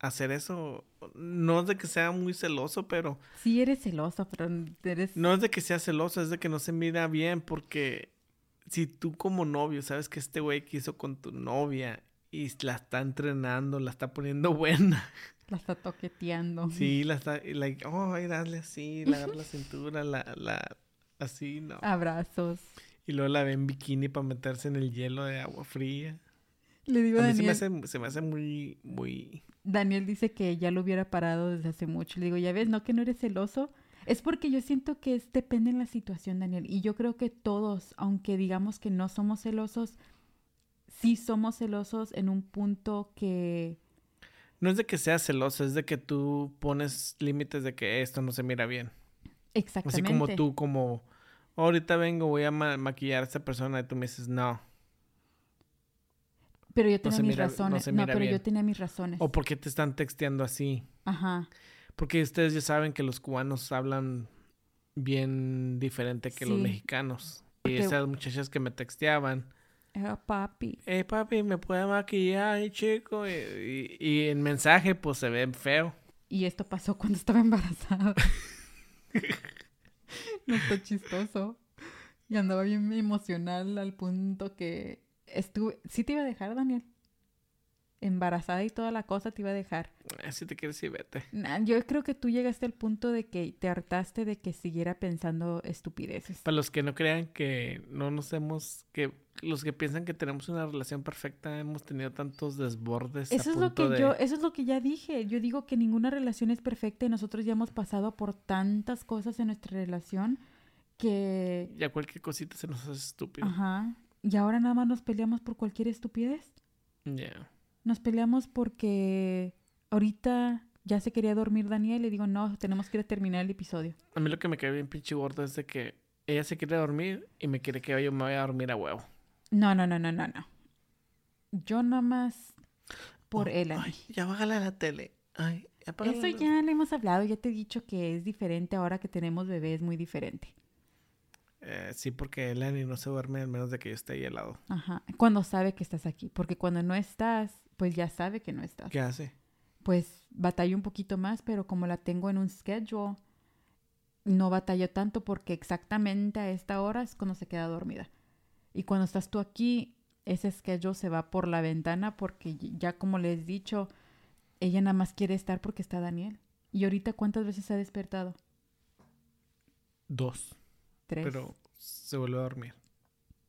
Speaker 2: hacer eso? No es de que sea muy celoso, pero
Speaker 1: Sí eres celoso, pero eres...
Speaker 2: No es de que sea celoso, es de que no se mira bien porque si tú como novio sabes que este güey quiso con tu novia y la está entrenando, la está poniendo buena.
Speaker 1: La está toqueteando.
Speaker 2: Sí, la está, y like, oh, ay, dale así, la agarra la cintura, la, la, así, no.
Speaker 1: Ah. Abrazos.
Speaker 2: Y luego la ve en bikini para meterse en el hielo de agua fría.
Speaker 1: Le digo
Speaker 2: A
Speaker 1: a
Speaker 2: mí se me
Speaker 1: Daniel,
Speaker 2: hace, se me hace muy, muy...
Speaker 1: Daniel dice que ya lo hubiera parado desde hace mucho. Le digo, ya ves, no que no eres celoso. Es porque yo siento que es, depende en la situación, Daniel. Y yo creo que todos, aunque digamos que no somos celosos, sí somos celosos en un punto que...
Speaker 2: No es de que sea celoso, es de que tú pones límites de que esto no se mira bien. Así
Speaker 1: Exactamente.
Speaker 2: como tú, como ahorita vengo, voy a ma- maquillar a esta persona y tú me dices no.
Speaker 1: Pero yo
Speaker 2: No
Speaker 1: tenía
Speaker 2: se
Speaker 1: mis
Speaker 2: mira- no
Speaker 1: razones.
Speaker 2: se
Speaker 1: No,
Speaker 2: mira
Speaker 1: pero
Speaker 2: bien.
Speaker 1: yo tenía mis razones.
Speaker 2: O por qué te están texteando así.
Speaker 1: Ajá.
Speaker 2: Porque ustedes ya saben que los cubanos hablan bien diferente que los
Speaker 1: Sí.
Speaker 2: mexicanos. Y
Speaker 1: Porque-
Speaker 2: esas muchachas que me texteaban,
Speaker 1: Era papi.
Speaker 2: eh papi, me puede maquillar, eh, chico. Y, y- y en mensaje, pues se ve feo.
Speaker 1: Y esto pasó cuando estaba embarazada. no está chistoso. Y andaba bien emocional al punto que estuve. Sí te iba a dejar, Daniel. Embarazada y toda la cosa te iba a dejar.
Speaker 2: Eh, Si te quieres ir, vete.
Speaker 1: Nah, yo creo que tú llegaste al punto de que te hartaste de que siguiera pensando estupideces.
Speaker 2: Para los que no crean que no nos hemos, que los que piensan que tenemos una relación perfecta, hemos tenido tantos desbordes. a
Speaker 1: Eso es lo que
Speaker 2: punto de-
Speaker 1: yo, eso es lo que ya dije. Yo digo que ninguna relación es perfecta y nosotros ya hemos pasado por tantas cosas en nuestra relación que
Speaker 2: Ya cualquier cosita se nos hace estúpido.
Speaker 1: Ajá. Y ahora nada más nos peleamos por cualquier estupidez.
Speaker 2: Ya.
Speaker 1: Nos peleamos porque ahorita ya se quería dormir Daniel y digo, no, tenemos que ir a terminar el episodio.
Speaker 2: A mí lo que me cae bien pinche gordo es de que ella se quiere dormir y me quiere que yo me vaya a dormir a huevo.
Speaker 1: No, no, no, no, no, no. Yo nada más por
Speaker 2: Oh,
Speaker 1: él.
Speaker 2: Ay, ya bájala la tele. Ay, apaga
Speaker 1: Eso
Speaker 2: la-
Speaker 1: ya le hemos hablado, ya te he dicho que es diferente ahora que tenemos bebé, es muy diferente.
Speaker 2: Eh, sí, porque Lani no se duerme al menos de que yo esté ahí al lado.
Speaker 1: Ajá. Cuando sabe que estás aquí, porque cuando no estás, pues ya sabe que no estás.
Speaker 2: ¿Qué hace?
Speaker 1: pues batalló un poquito más, pero como la tengo en un schedule, no batalló tanto porque exactamente a esta hora es cuando se queda dormida. Y cuando estás tú aquí, ese schedule se va por la ventana porque y- ya como les he dicho, ella nada más quiere estar porque está Daniel. Y ahorita cuántas veces se ha despertado?
Speaker 2: Dos.
Speaker 1: Tres.
Speaker 2: Pero se vuelve a dormir.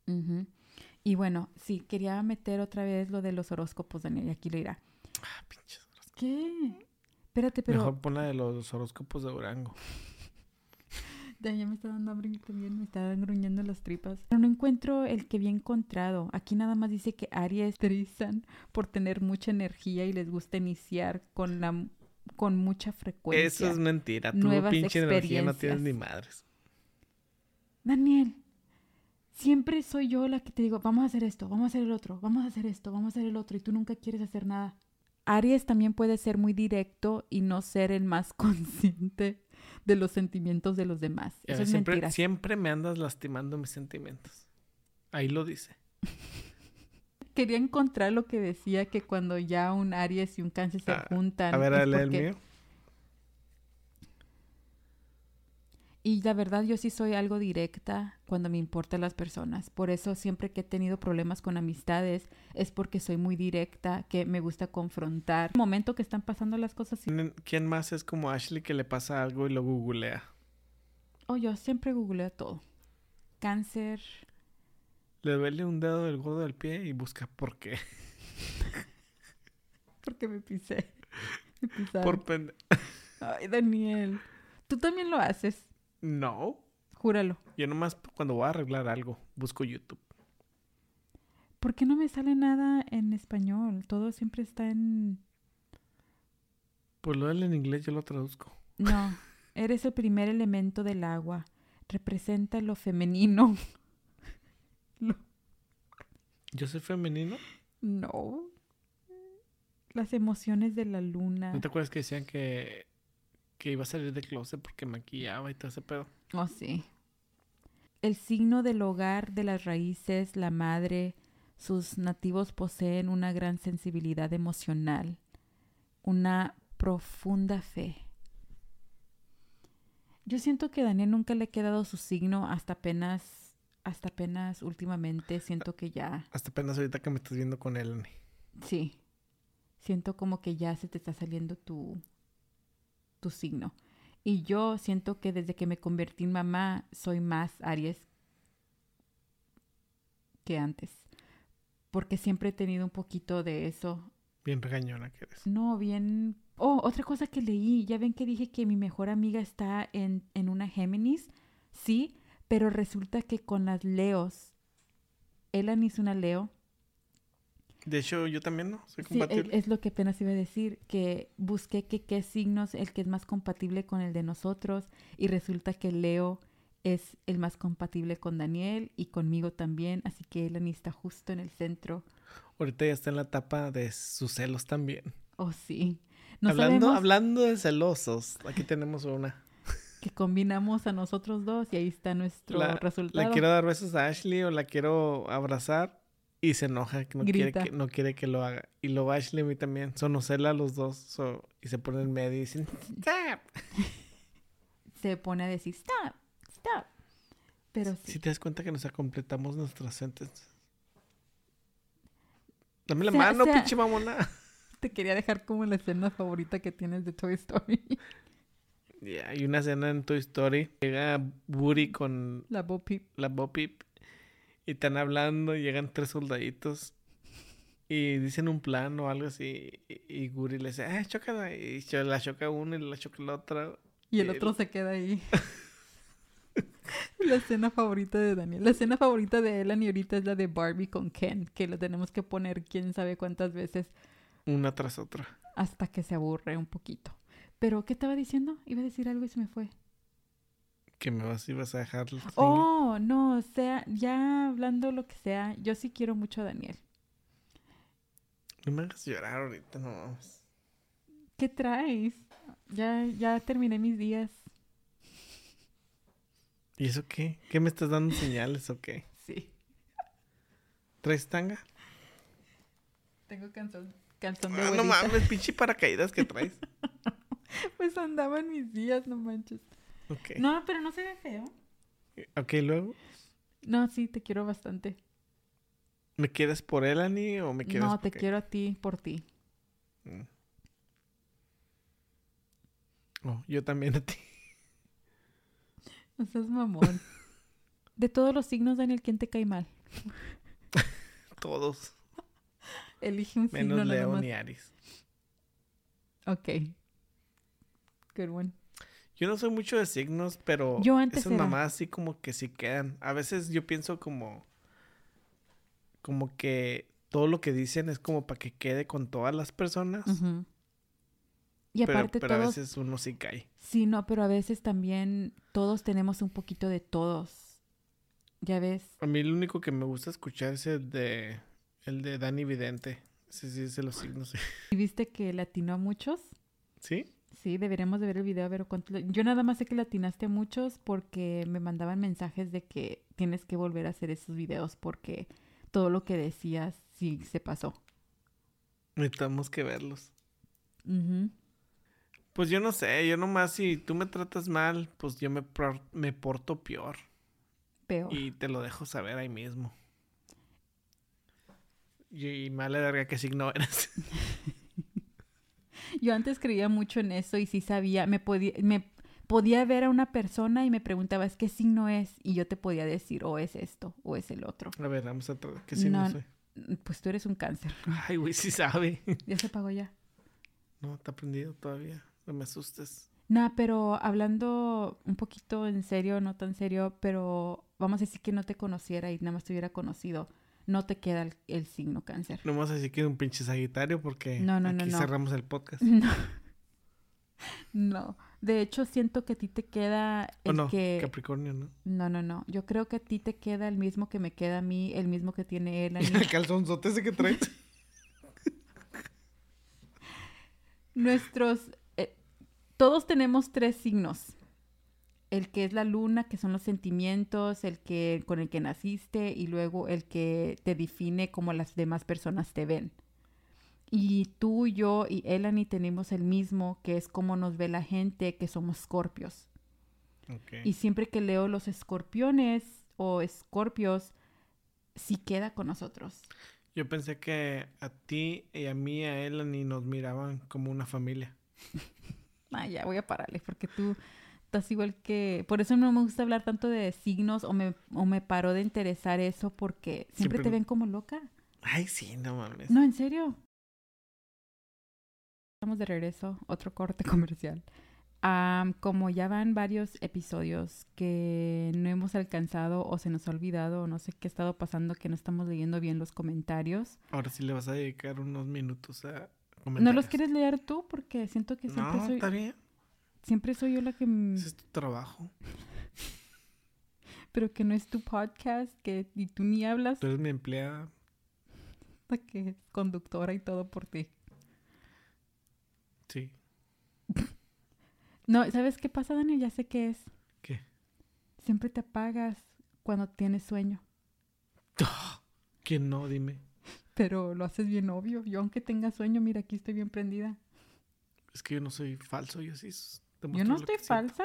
Speaker 1: Ujú. Y bueno, sí, quería meter otra vez lo de los horóscopos, Daniel, y aquí lo irá.
Speaker 2: Ah, pinche.
Speaker 1: ¿Qué? Espérate, pero
Speaker 2: Mejor pon la de los horóscopos de Durango.
Speaker 1: Ya, ya me está dando hambre a mí también, me están gruñendo las tripas. Pero no encuentro el que había encontrado. Aquí nada más dice que Aries trizan por tener mucha energía y les gusta iniciar con la con mucha frecuencia.
Speaker 2: Eso es mentira. Tú
Speaker 1: Nuevas
Speaker 2: pinche energía no tienes
Speaker 1: experiencias.
Speaker 2: ni madres.
Speaker 1: Daniel, siempre soy yo la que te digo, vamos a hacer esto, vamos a hacer el otro, vamos a hacer esto, vamos a hacer el otro, y tú nunca quieres hacer nada. Aries también puede ser muy directo y no ser el más consciente de los sentimientos de los demás.
Speaker 2: Ya
Speaker 1: Eso
Speaker 2: ves,
Speaker 1: es mentira.
Speaker 2: siempre, siempre me andas lastimando mis sentimientos. Ahí lo dice.
Speaker 1: Quería encontrar lo que decía que cuando ya un Aries y un Cáncer se
Speaker 2: Ah,
Speaker 1: juntan.
Speaker 2: A ver,
Speaker 1: es
Speaker 2: dale el
Speaker 1: porque-
Speaker 2: mío.
Speaker 1: Y la verdad, yo sí soy algo directa cuando me importan las personas. Por eso, siempre que he tenido problemas con amistades, es porque soy muy directa, que me gusta confrontar. El momento que están pasando las cosas, y-
Speaker 2: ¿Quién- ¿Quién más es como Ashley que le pasa algo y lo googlea?
Speaker 1: oh, yo siempre googleo todo. Cáncer.
Speaker 2: Le duele un dedo del gordo del pie y busca por qué.
Speaker 1: Porque me pisé. Me pisaron.
Speaker 2: Por pende-
Speaker 1: Ay, Daniel. Tú también lo haces.
Speaker 2: No.
Speaker 1: Júralo.
Speaker 2: Yo nomás cuando voy a arreglar algo, busco YouTube.
Speaker 1: ¿Por qué no me sale nada en español? Todo siempre está en...
Speaker 2: Pues lo del en inglés yo lo traduzco.
Speaker 1: No, eres el primer elemento del agua. Representa lo femenino.
Speaker 2: ¿Yo soy femenino?
Speaker 1: No. Las emociones de la luna.
Speaker 2: ¿No te acuerdas que decían que, que iba a salir de closet porque maquillaba y todo ese pedo?
Speaker 1: Oh, sí. El signo del hogar, de las raíces, la madre, sus nativos poseen una gran sensibilidad emocional, una profunda fe. Yo siento que Daniel nunca le ha quedado su signo hasta apenas, hasta apenas últimamente, siento que ya,
Speaker 2: Hasta apenas ahorita que me estás viendo con él, Ani.
Speaker 1: sí, siento como que ya se te está saliendo tu, tu signo. Y yo siento que desde que me convertí en mamá, soy más Aries que antes, porque siempre he tenido un poquito de eso
Speaker 2: Bien regañona que eres.
Speaker 1: No, bien. Oh, otra cosa que leí. Ya ven que dije que mi mejor amiga está en, en una Géminis. Sí, pero resulta que con las Leos. Elan es una Leo.
Speaker 2: De hecho, yo también no. Soy
Speaker 1: Sí, e-
Speaker 2: compatible.
Speaker 1: es lo que apenas iba a decir, que busqué que qué signos el que es más compatible con el de nosotros y resulta que Leo es el más compatible con Daniel y conmigo también, así que Elan está justo en el centro.
Speaker 2: Ahorita ya está en la etapa de sus celos también.
Speaker 1: Oh, sí. No
Speaker 2: hablando,
Speaker 1: sabemos
Speaker 2: hablando de celosos, aquí tenemos una.
Speaker 1: que combinamos a nosotros dos y ahí está nuestro
Speaker 2: La,
Speaker 1: resultado.
Speaker 2: la quiero dar besos a Ashley o la quiero abrazar y se enoja, que no, quiere
Speaker 1: Grita.
Speaker 2: que no quiere que lo haga. Y lo Ashley a mí también. Son nos cela los dos so- y se ponen en medio y dicen, "Stop".
Speaker 1: se pone a decir stop, stop. Pero
Speaker 2: Si
Speaker 1: sí.
Speaker 2: te das cuenta que nos completamos nuestras sentencias. Dame la
Speaker 1: O sea,
Speaker 2: mano,
Speaker 1: o sea-
Speaker 2: pinche mamona.
Speaker 1: Te quería dejar como la escena favorita que tienes de Toy Story.
Speaker 2: Ya, hay una escena en Toy Story. Llega Woody con
Speaker 1: la Bo Peep.
Speaker 2: la Bo Peep y están hablando y llegan tres soldaditos y dicen un plan o algo así y, y Guri le dice, ah, chócala y cho- la choca uno y la choca la otra.
Speaker 1: Y el
Speaker 2: El-
Speaker 1: otro se queda ahí. la escena favorita de Daniel. La escena favorita de Elan y ahorita es la de Barbie con Ken, que la tenemos que poner quién sabe cuántas veces
Speaker 2: Una tras otra.
Speaker 1: hasta que se aburre un poquito. Pero, ¿qué estaba diciendo? Iba a decir algo y se me fue.
Speaker 2: Que me vas y vas a dejar el single.
Speaker 1: Oh, no, o sea, ya hablando lo que sea, yo sí quiero mucho a Daniel.
Speaker 2: No me hagas llorar ahorita, no vamos.
Speaker 1: ¿Qué traes? Ya, ya terminé mis días.
Speaker 2: ¿Y eso qué? ¿Qué me estás dando señales o qué?
Speaker 1: Sí.
Speaker 2: ¿Traes tanga?
Speaker 1: Tengo canción, canción de
Speaker 2: Ah, no
Speaker 1: abuelita.
Speaker 2: mames, pinche paracaídas que traes.
Speaker 1: Pues andaba en mis días, no manches.
Speaker 2: Ok.
Speaker 1: No, pero no se ve feo.
Speaker 2: Ok, luego.
Speaker 1: No, sí, te quiero bastante.
Speaker 2: ¿Me quieres por él, Ani, o me quieres
Speaker 1: No, te
Speaker 2: porque-
Speaker 1: quiero a ti, por ti.
Speaker 2: Mm. Oh, yo también a ti.
Speaker 1: No seas mamón. de todos los signos, Daniel, ¿quién te cae mal?
Speaker 2: Todos.
Speaker 1: Elige un
Speaker 2: Menos
Speaker 1: signo nada
Speaker 2: León
Speaker 1: más.
Speaker 2: y Aries.
Speaker 1: Ok. Good one.
Speaker 2: Yo no soy mucho de signos, pero
Speaker 1: Yo antes
Speaker 2: esas
Speaker 1: era.
Speaker 2: mamás sí como que sí quedan. A veces yo pienso como como que todo lo que dicen es como para que quede con todas las personas,
Speaker 1: Ujú. Y
Speaker 2: pero,
Speaker 1: aparte
Speaker 2: pero a
Speaker 1: todos
Speaker 2: veces uno sí cae.
Speaker 1: Sí, no, pero a veces también todos tenemos un poquito de todos. Ya ves,
Speaker 2: A mí lo único que me gusta escuchar es el de el de Dani Vidente. Sí, sí, es de los signos.
Speaker 1: ¿y viste que latinó a muchos?
Speaker 2: ¿Sí?
Speaker 1: Sí, deberíamos de ver el video a ver cuánto. le- Yo nada más sé que latinaste a muchos porque me mandaban mensajes de que tienes que volver a hacer esos videos porque todo lo que decías sí se pasó.
Speaker 2: Necesitamos que verlos.
Speaker 1: Ujú.
Speaker 2: Pues yo no sé, yo nomás si tú me tratas mal, pues yo me, por- me porto peor
Speaker 1: Peor.
Speaker 2: y te lo dejo saber ahí mismo. Y, y mala verga que signo eres.
Speaker 1: Yo antes creía mucho en eso y sí sabía, me podía, me podía ver a una persona y me preguntabas qué signo es y yo te podía decir o es esto o es el otro.
Speaker 2: A ver, vamos a tratar. ¿Qué signo
Speaker 1: No.
Speaker 2: soy?
Speaker 1: Pues tú eres un cáncer.
Speaker 2: Ay, güey, sí sabe.
Speaker 1: Ya se apagó ya.
Speaker 2: No, está prendido todavía. No me asustes.
Speaker 1: Nah, pero hablando un poquito en serio, no tan serio, pero vamos a decir que no te conociera y nada más te hubiera conocido. no te queda el, el signo cáncer.
Speaker 2: No vamos a decir que es un pinche sagitario porque
Speaker 1: No, no, no,
Speaker 2: aquí
Speaker 1: no.
Speaker 2: cerramos el podcast.
Speaker 1: No. No. De hecho, siento que a ti te queda
Speaker 2: O
Speaker 1: el
Speaker 2: no,
Speaker 1: que...
Speaker 2: Capricornio, ¿no?
Speaker 1: No, no, no. Yo creo que a ti te queda el mismo que me queda a mí, el mismo que tiene él. a mí.
Speaker 2: El calzonzote ese que traes.
Speaker 1: Nuestros... eh, todos tenemos tres signos. El que es la luna, que son los sentimientos, el que con el que naciste y luego el que te define como las demás personas te ven. Y tú, yo y Elani tenemos el mismo, que es cómo nos ve la gente, que somos escorpios.
Speaker 2: Ok.
Speaker 1: Y siempre que leo los escorpiones o escorpios, sí queda con nosotros.
Speaker 2: Yo pensé que a ti y a mí, a él, ni nos miraban como una familia.
Speaker 1: Ah, ya voy a pararle porque tú estás igual que... Por eso no me gusta hablar tanto de signos o me, o me paró de interesar eso porque siempre
Speaker 2: Siempre-
Speaker 1: te ven como loca.
Speaker 2: Ay, sí, no mames.
Speaker 1: No, en serio. Estamos de regreso, otro corte comercial. Am, como ya van varios episodios que no hemos alcanzado o se nos ha olvidado o no sé qué ha estado pasando que no estamos leyendo bien los comentarios.
Speaker 2: Ahora sí le vas a dedicar unos minutos a comentar.
Speaker 1: ¿No los quieres leer tú? Porque siento que siempre,
Speaker 2: No,
Speaker 1: soy,
Speaker 2: está bien.
Speaker 1: siempre soy yo la que... m-
Speaker 2: Ese es tu trabajo.
Speaker 1: Pero que no es tu podcast, que ni tú ni hablas,
Speaker 2: Tú eres mi empleada.
Speaker 1: hasta que es conductora y todo por ti.
Speaker 2: Sí.
Speaker 1: No, ¿sabes qué pasa, Daniel? Ya sé qué es.
Speaker 2: ¿Qué?
Speaker 1: Siempre te apagas cuando tienes sueño,
Speaker 2: ¿Quién no? Dime.
Speaker 1: pero lo haces bien obvio. Yo aunque tenga sueño, mira, aquí estoy bien prendida.
Speaker 2: Es que yo no soy falso, yo sí. s-
Speaker 1: Yo
Speaker 2: demuestro
Speaker 1: no
Speaker 2: lo que
Speaker 1: estoy
Speaker 2: siento.
Speaker 1: falsa.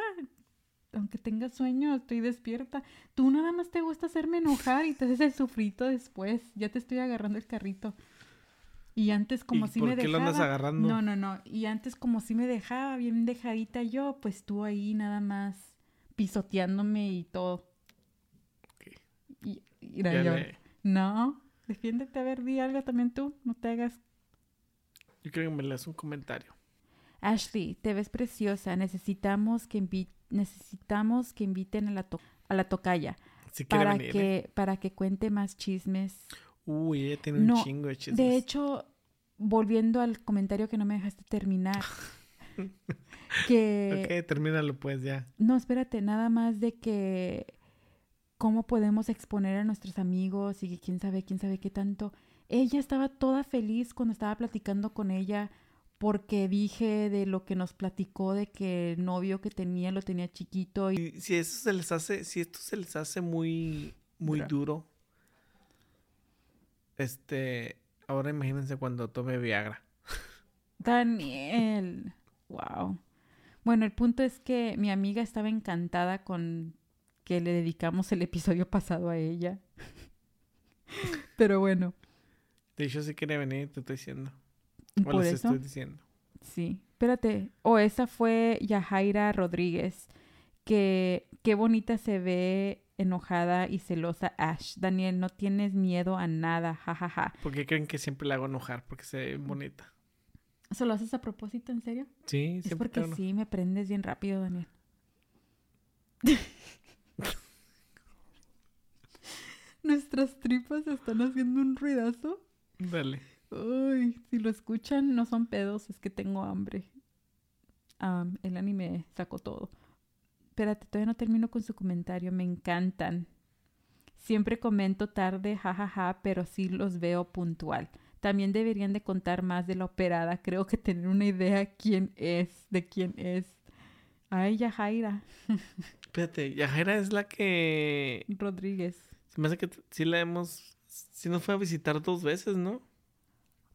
Speaker 1: Aunque tenga sueño, estoy despierta. Tú nada más te gusta hacerme enojar y te haces el sufrito después. Ya te estoy agarrando el carrito. Y antes como
Speaker 2: ¿Y
Speaker 1: si
Speaker 2: por
Speaker 1: me
Speaker 2: qué lo
Speaker 1: dejaba...
Speaker 2: andas agarrando?
Speaker 1: No, no, no. Y antes como si me dejaba bien dejadita yo, pues tú ahí nada más pisoteándome y todo.
Speaker 2: Ok.
Speaker 1: Y, y
Speaker 2: Ya
Speaker 1: mira, yo,
Speaker 2: le-
Speaker 1: No, defiéndete. A ver, di algo también tú. No te hagas...
Speaker 2: Yo creo que me le das un comentario.
Speaker 1: Ashley, te ves preciosa. Necesitamos que, invi- necesitamos que inviten a la, to- a la tocaya
Speaker 2: Si quiere
Speaker 1: para
Speaker 2: venir. ¿eh?
Speaker 1: que, para que cuente más chismes.
Speaker 2: Uy, ella tiene un
Speaker 1: No,
Speaker 2: chingo de chismes.
Speaker 1: De hecho, volviendo al comentario que no me dejaste terminar, que...
Speaker 2: Ok, termínalo pues ya.
Speaker 1: No, espérate, nada más de que cómo podemos exponer a nuestros amigos y que quién sabe, quién sabe qué tanto. Ella estaba toda feliz cuando estaba platicando con ella porque dije de lo que nos platicó de que el novio que tenía lo tenía chiquito y
Speaker 2: Y si eso se les hace, si esto se les hace muy, muy
Speaker 1: Duro.
Speaker 2: duro, este, ahora imagínense cuando tome Viagra.
Speaker 1: Daniel, wow. Bueno, el punto es que mi amiga estaba encantada con que le dedicamos el episodio pasado a ella. Pero bueno,
Speaker 2: De hecho, si quiere venir, te estoy diciendo.
Speaker 1: y
Speaker 2: O
Speaker 1: por
Speaker 2: les
Speaker 1: eso
Speaker 2: estoy diciendo.
Speaker 1: Sí, espérate. O esa fue Yajaira Rodríguez, que qué bonita se ve enojada y celosa Ash. Daniel, no tienes miedo a nada, jajaja.
Speaker 2: ¿Por qué creen que siempre la hago enojar? Porque se ve bonita.
Speaker 1: ¿Se lo haces a propósito, en serio?
Speaker 2: Sí,
Speaker 1: Es
Speaker 2: siempre
Speaker 1: porque
Speaker 2: te hago enojar.
Speaker 1: sí, me prendes bien rápido, Daniel. Nuestras tripas están haciendo un ruidazo.
Speaker 2: Dale.
Speaker 1: Uy, si lo escuchan, no son pedos, es que tengo hambre. Am, el anime sacó todo. Espérate, todavía no termino con su comentario, me encantan. Siempre comento tarde, jajaja, pero sí los veo puntual. También deberían de contar más de la operada, creo que tener una idea quién es, de quién es. Ay, Yajaira
Speaker 2: Espérate, Yajaira es la que.
Speaker 1: Rodríguez.
Speaker 2: Se me hace que t- sí la hemos. Sí nos fue a visitar dos veces, ¿no?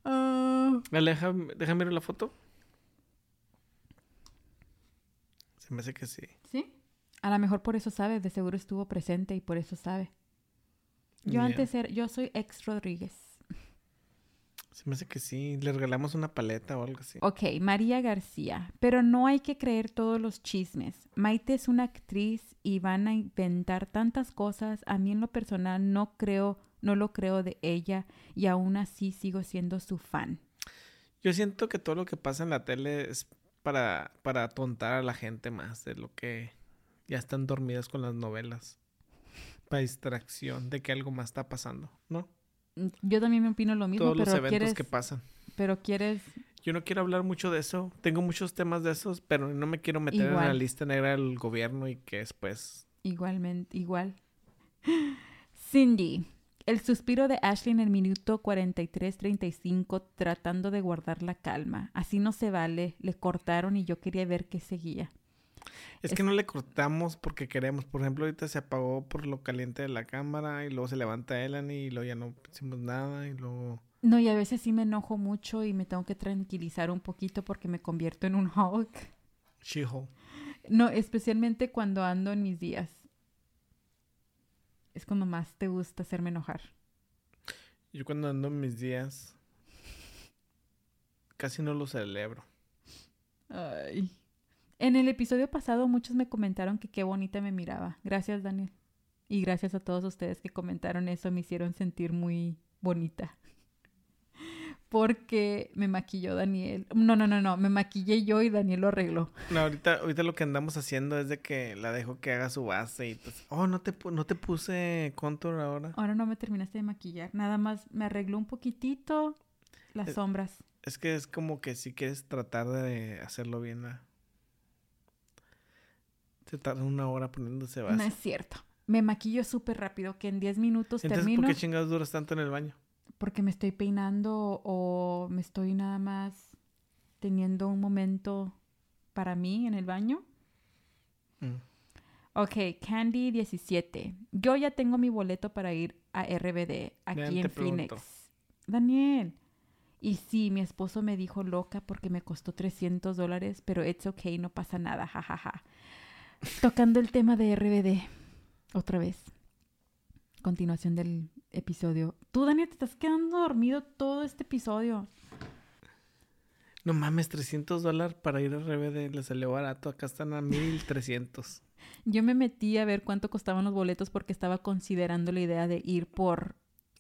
Speaker 1: Ah,
Speaker 2: Dale, deja- déjame ver la foto. Se me hace que sí.
Speaker 1: ¿Sí? A lo mejor por eso sabe, de seguro estuvo presente y por eso sabe. Yo
Speaker 2: Ya.
Speaker 1: antes era, yo soy ex Rodríguez.
Speaker 2: Se me hace que sí. Le regalamos una paleta o algo así.
Speaker 1: Ok, María García. Pero no hay que creer todos los chismes. Maite es una actriz y van a inventar tantas cosas. A mí en lo personal no creo, no lo creo de ella y aún así sigo siendo su fan.
Speaker 2: Yo siento que todo lo que pasa en la tele es para, para atontar a la gente más de lo que ya están dormidas con las novelas. Para distracción de que algo más está pasando, ¿no?
Speaker 1: Yo también me opino lo mismo,
Speaker 2: todos los
Speaker 1: pero
Speaker 2: eventos
Speaker 1: quieres,
Speaker 2: que pasan.
Speaker 1: pero quieres,
Speaker 2: Yo no quiero hablar mucho de eso. Tengo muchos temas de esos, pero no me quiero meter en la
Speaker 1: Igual.
Speaker 2: lista negra del gobierno y que después.
Speaker 1: igualmente, igual. Cindy, el suspiro de Ashley en el minuto 43.35 tratando de guardar la calma. Así no se vale, le cortaron y yo quería ver qué seguía.
Speaker 2: Es,
Speaker 1: Es-
Speaker 2: que no le cortamos porque queremos. Por ejemplo, ahorita se apagó por lo caliente de la cámara y luego se levanta Elani y luego ya no hicimos nada y luego.
Speaker 1: No, y a veces sí me enojo mucho y me tengo que tranquilizar un poquito porque me convierto en un Hulk.
Speaker 2: She-Hulk.
Speaker 1: No, especialmente cuando ando en mis días. Es cuando más te gusta hacerme enojar.
Speaker 2: Yo cuando ando en mis días casi no lo celebro.
Speaker 1: Ay. En el episodio pasado muchos me comentaron que qué bonita me miraba. Gracias, Daniel. Y gracias a todos ustedes que comentaron eso, me hicieron sentir muy bonita. Porque me maquilló Daniel. No, no, no, no, me maquillé yo y Daniel lo arregló.
Speaker 2: No, ahorita, ahorita lo que andamos haciendo es de que la dejo que haga su base y pues, oh, no te, pu- no te puse contour ahora.
Speaker 1: Ahora no me terminaste de maquillar, nada más me arregló un poquitito las
Speaker 2: Eh,
Speaker 1: sombras.
Speaker 2: Es que es como que si quieres tratar de hacerlo bien, ¿verdad? se tarda una hora poniéndose base.
Speaker 1: No es cierto. Me maquillo súper rápido, que en 10 minutos
Speaker 2: Entonces,
Speaker 1: termino
Speaker 2: ¿por qué chingados duras tanto en el baño?
Speaker 1: porque me estoy peinando o me estoy nada más teniendo un momento para mí en el baño.
Speaker 2: Mm.
Speaker 1: Ok, Candy 17. Yo ya tengo mi boleto para ir a RBD aquí
Speaker 2: te
Speaker 1: en
Speaker 2: pregunto.
Speaker 1: Phoenix. Daniel. Y sí, mi esposo me dijo loca porque me costó 300 dólares, pero it's okay, no pasa nada, jajaja. Tocando el tema de RBD, otra vez. Continuación del episodio. Tú, Daniel, te estás quedando dormido todo este episodio.
Speaker 2: No mames, 300 dólares para ir al RBD, le salió barato. Acá están a 1300.
Speaker 1: Yo me metí a ver cuánto costaban los boletos porque estaba considerando la idea de ir por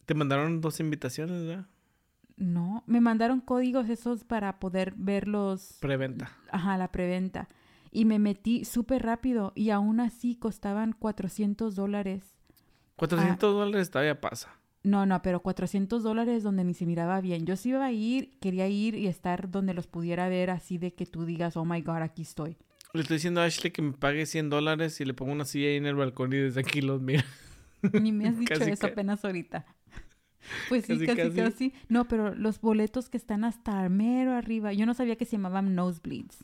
Speaker 2: Te mandaron dos invitaciones, ¿verdad?
Speaker 1: No, me mandaron códigos esos para poder ver los...
Speaker 2: Preventa.
Speaker 1: Ajá, la preventa. Y me metí súper rápido y aún así costaban 400 dólares.
Speaker 2: Ah. 400 dólares todavía pasa.
Speaker 1: No, no, pero 400 dólares donde ni se miraba bien. Yo sí iba a ir, quería ir y estar donde los pudiera ver así de que tú digas, oh my God, aquí estoy.
Speaker 2: Le estoy diciendo a Ashley que me pague 100 dólares y le pongo una silla ahí en el balcón y desde aquí los mira.
Speaker 1: Ni me has dicho
Speaker 2: Casi,
Speaker 1: eso
Speaker 2: ca-
Speaker 1: apenas ahorita. Pues sí,
Speaker 2: Casi,
Speaker 1: casi,
Speaker 2: casi.
Speaker 1: casi, No, pero los boletos que están hasta mero arriba, yo no sabía que se llamaban nosebleeds,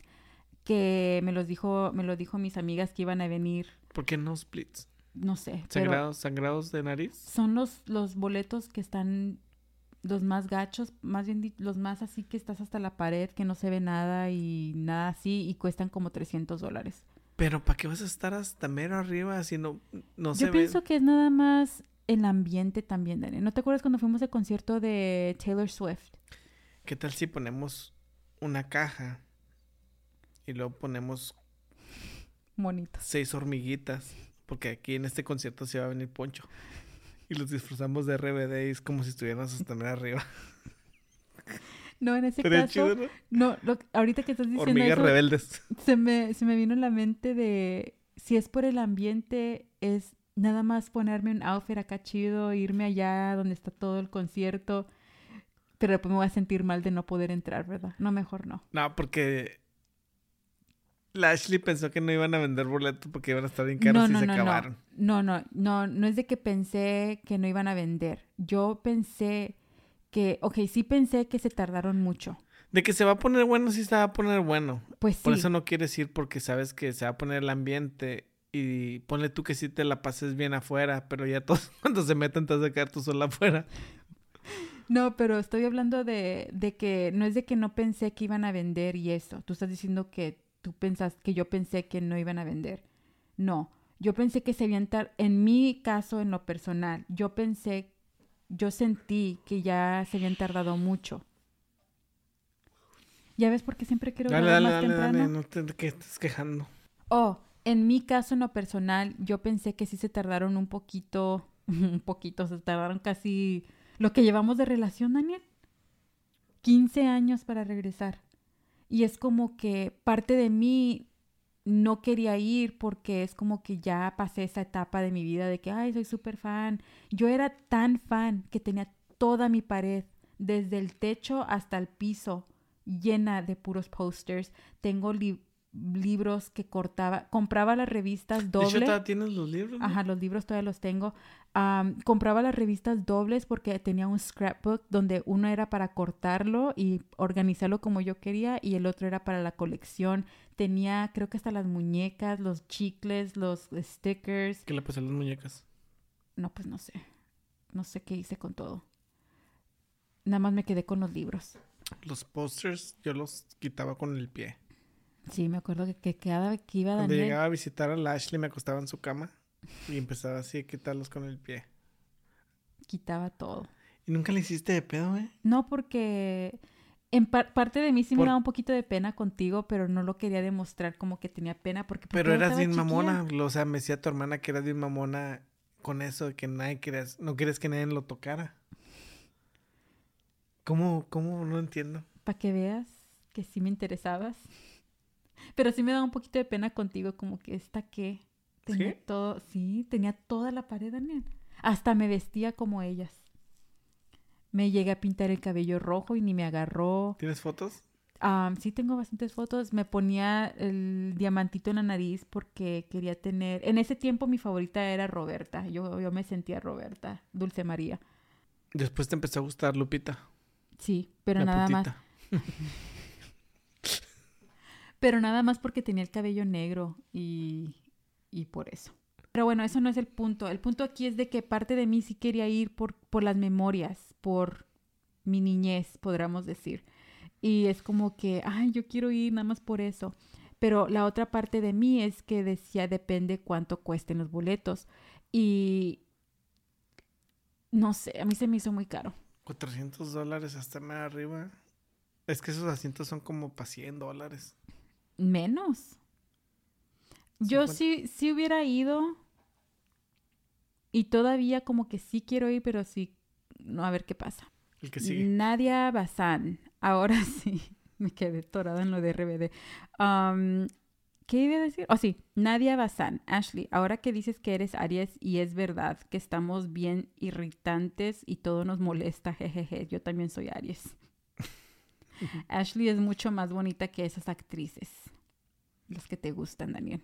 Speaker 1: que me los dijo, me lo dijo mis amigas que iban a venir,
Speaker 2: ¿Por qué no splits?
Speaker 1: no sé, pero
Speaker 2: ¿Sangrados, sangrados de nariz?
Speaker 1: son los, los boletos que están los más gachos, más bien di- los más así que estás hasta la pared, que no se ve nada y nada así, y cuestan como 300 dólares.
Speaker 2: Pero ¿para qué vas a estar hasta mero arriba si no, no se
Speaker 1: Yo pienso que es nada más el ambiente también, Dani. ¿No te acuerdas cuando fuimos al concierto de Taylor Swift?
Speaker 2: ve? ¿Qué tal si ponemos una caja y luego ponemos
Speaker 1: Bonito.
Speaker 2: seis hormiguitas? Porque aquí en este concierto se va a venir Poncho. Y los disfrazamos de RBD y es como si estuvieras hasta mero arriba.
Speaker 1: No, en ese
Speaker 2: Estaría
Speaker 1: caso,
Speaker 2: chido, ¿no?
Speaker 1: no, lo, que- ahorita que estás diciendo
Speaker 2: Hormigas
Speaker 1: eso,
Speaker 2: rebeldes.
Speaker 1: se me, se me vino a la mente de si es por el ambiente, es nada más ponerme un outfit acá chido, irme allá donde está todo el concierto, pero después me voy a sentir mal de no poder entrar, ¿verdad? No, mejor no.
Speaker 2: No, porque la Ashley pensó que no iban a vender boletos porque iban a estar bien caros
Speaker 1: No,
Speaker 2: y
Speaker 1: no,
Speaker 2: se
Speaker 1: no,
Speaker 2: acabaron.
Speaker 1: no, no, no, no, no es de que pensé que no iban a vender. Yo pensé que, ok, sí pensé que se tardaron mucho.
Speaker 2: De que se va a poner bueno, sí se va a poner bueno.
Speaker 1: Pues sí.
Speaker 2: Por eso no quieres ir porque sabes que se va a poner el ambiente y ponle tú que sí te la pases bien afuera, pero ya todos cuando se metan te vas a quedar tú sola afuera.
Speaker 1: No, pero estoy hablando de, de que no es de que no pensé que iban a vender y eso. Tú estás diciendo que tú pensas que yo pensé que no iban a vender. No, yo pensé que se habían tar- en mi caso en lo personal, yo pensé yo sentí que ya se habían tardado mucho. ¿Ya ves por qué siempre quiero
Speaker 2: Dale,
Speaker 1: grabar
Speaker 2: dale,
Speaker 1: más
Speaker 2: dale,
Speaker 1: temprano?
Speaker 2: dale, no te que estés quejando.
Speaker 1: Oh, en mi caso en lo personal, yo pensé que sí se tardaron un poquito, un poquito, se tardaron casi lo que llevamos de relación, Daniel. 15 años para regresar. Y es como que parte de mí no quería ir porque es como que ya pasé esa etapa de mi vida de que, ay, soy súper fan. Yo era tan fan que tenía toda mi pared, desde el techo hasta el piso, llena de puros posters. Tengo li- libros que cortaba, compraba las revistas
Speaker 2: De hecho,
Speaker 1: dobles.
Speaker 2: todavía tienes los libros. güey.
Speaker 1: Ajá, los libros todavía los tengo. Am, compraba las revistas dobles porque tenía un scrapbook donde uno era para cortarlo y organizarlo como yo quería y el otro era para la colección. Tenía, creo que hasta las muñecas, los chicles, los stickers.
Speaker 2: Que le pasé las muñecas.
Speaker 1: No, pues no sé. No sé qué hice con todo. Nada más me quedé con los libros.
Speaker 2: Los posters yo los quitaba con el pie.
Speaker 1: Sí, me acuerdo que, que cada vez que iba
Speaker 2: Cuando
Speaker 1: Daniel...
Speaker 2: llegaba a visitar a la Ashley me acostaba en su cama y empezaba así a quitarlos con el pie.
Speaker 1: quitaba todo.
Speaker 2: ¿Y nunca le hiciste de pedo, güey?
Speaker 1: No, porque en par- parte de mí sí me
Speaker 2: Por-
Speaker 1: daba un poquito de pena contigo, pero no lo quería demostrar como que tenía pena porque... pues,
Speaker 2: Pero
Speaker 1: yo
Speaker 2: eras
Speaker 1: estaba
Speaker 2: bien
Speaker 1: chiquilla.
Speaker 2: mamona. lo- O sea, me decía tu hermana que eras bien mamona con eso de que nadie querías, no querías que nadie lo tocara. ¿Cómo, cómo? No entiendo.
Speaker 1: Para que veas que sí me interesabas. Pero sí me daba un poquito de pena contigo, como que esta que tenía
Speaker 2: ¿Sí?
Speaker 1: todo, sí, tenía toda la pared, Daniel. Hasta me vestía como ellas. Me llegué a pintar el cabello rojo y ni me agarró.
Speaker 2: ¿Tienes fotos?
Speaker 1: Am, sí, tengo bastantes fotos. Me ponía el diamantito en la nariz porque quería tener. En ese tiempo mi favorita era Roberta. Yo, yo me sentía Roberta, Dulce María.
Speaker 2: Después te empezó a gustar Lupita.
Speaker 1: Sí, pero
Speaker 2: la
Speaker 1: nada más.
Speaker 2: putita.
Speaker 1: Pero nada más porque tenía el cabello negro y, y por eso. Pero bueno, eso no es el punto. El punto aquí es de que parte de mí sí quería ir por, por las memorias, por mi niñez, podríamos decir. Y es como que, ay, yo quiero ir nada más por eso. Pero la otra parte de mí es que decía, depende cuánto cuesten los boletos. Y no sé, a mí se me hizo muy caro.
Speaker 2: 400 dólares hasta más arriba. Es que esos asientos son como para 100 dólares.
Speaker 1: Menos. Yo sí,
Speaker 2: Cincuenta.
Speaker 1: sí hubiera ido y todavía como que sí quiero ir, pero sí, no, a ver qué pasa.
Speaker 2: El que sigue.
Speaker 1: Nadia Bazán, ahora sí, me quedé torada en lo de RBD. Am, Um, ¿Qué iba a decir? Oh, sí, Nadia Bazán, Ashley, ahora que dices que eres Aries y es verdad que estamos bien irritantes y todo nos molesta, jejeje, yo también soy Aries. Ashley es mucho más bonita que esas actrices, las que te gustan, Daniel.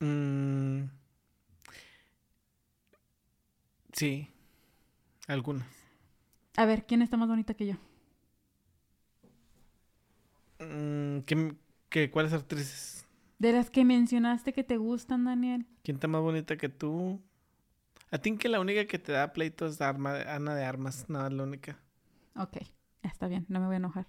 Speaker 2: Mm. Sí. Algunas.
Speaker 1: A ver, ¿quién está más bonita que yo?
Speaker 2: Mm, ¿qué- qué- ¿Cuáles actrices?
Speaker 1: De las que mencionaste que te gustan, Daniel.
Speaker 2: ¿Quién está más bonita que tú? A ti que la única que te da pleito es Arma- Ana de Armas, nada, la única.
Speaker 1: Ok, ya está bien, no me voy a enojar.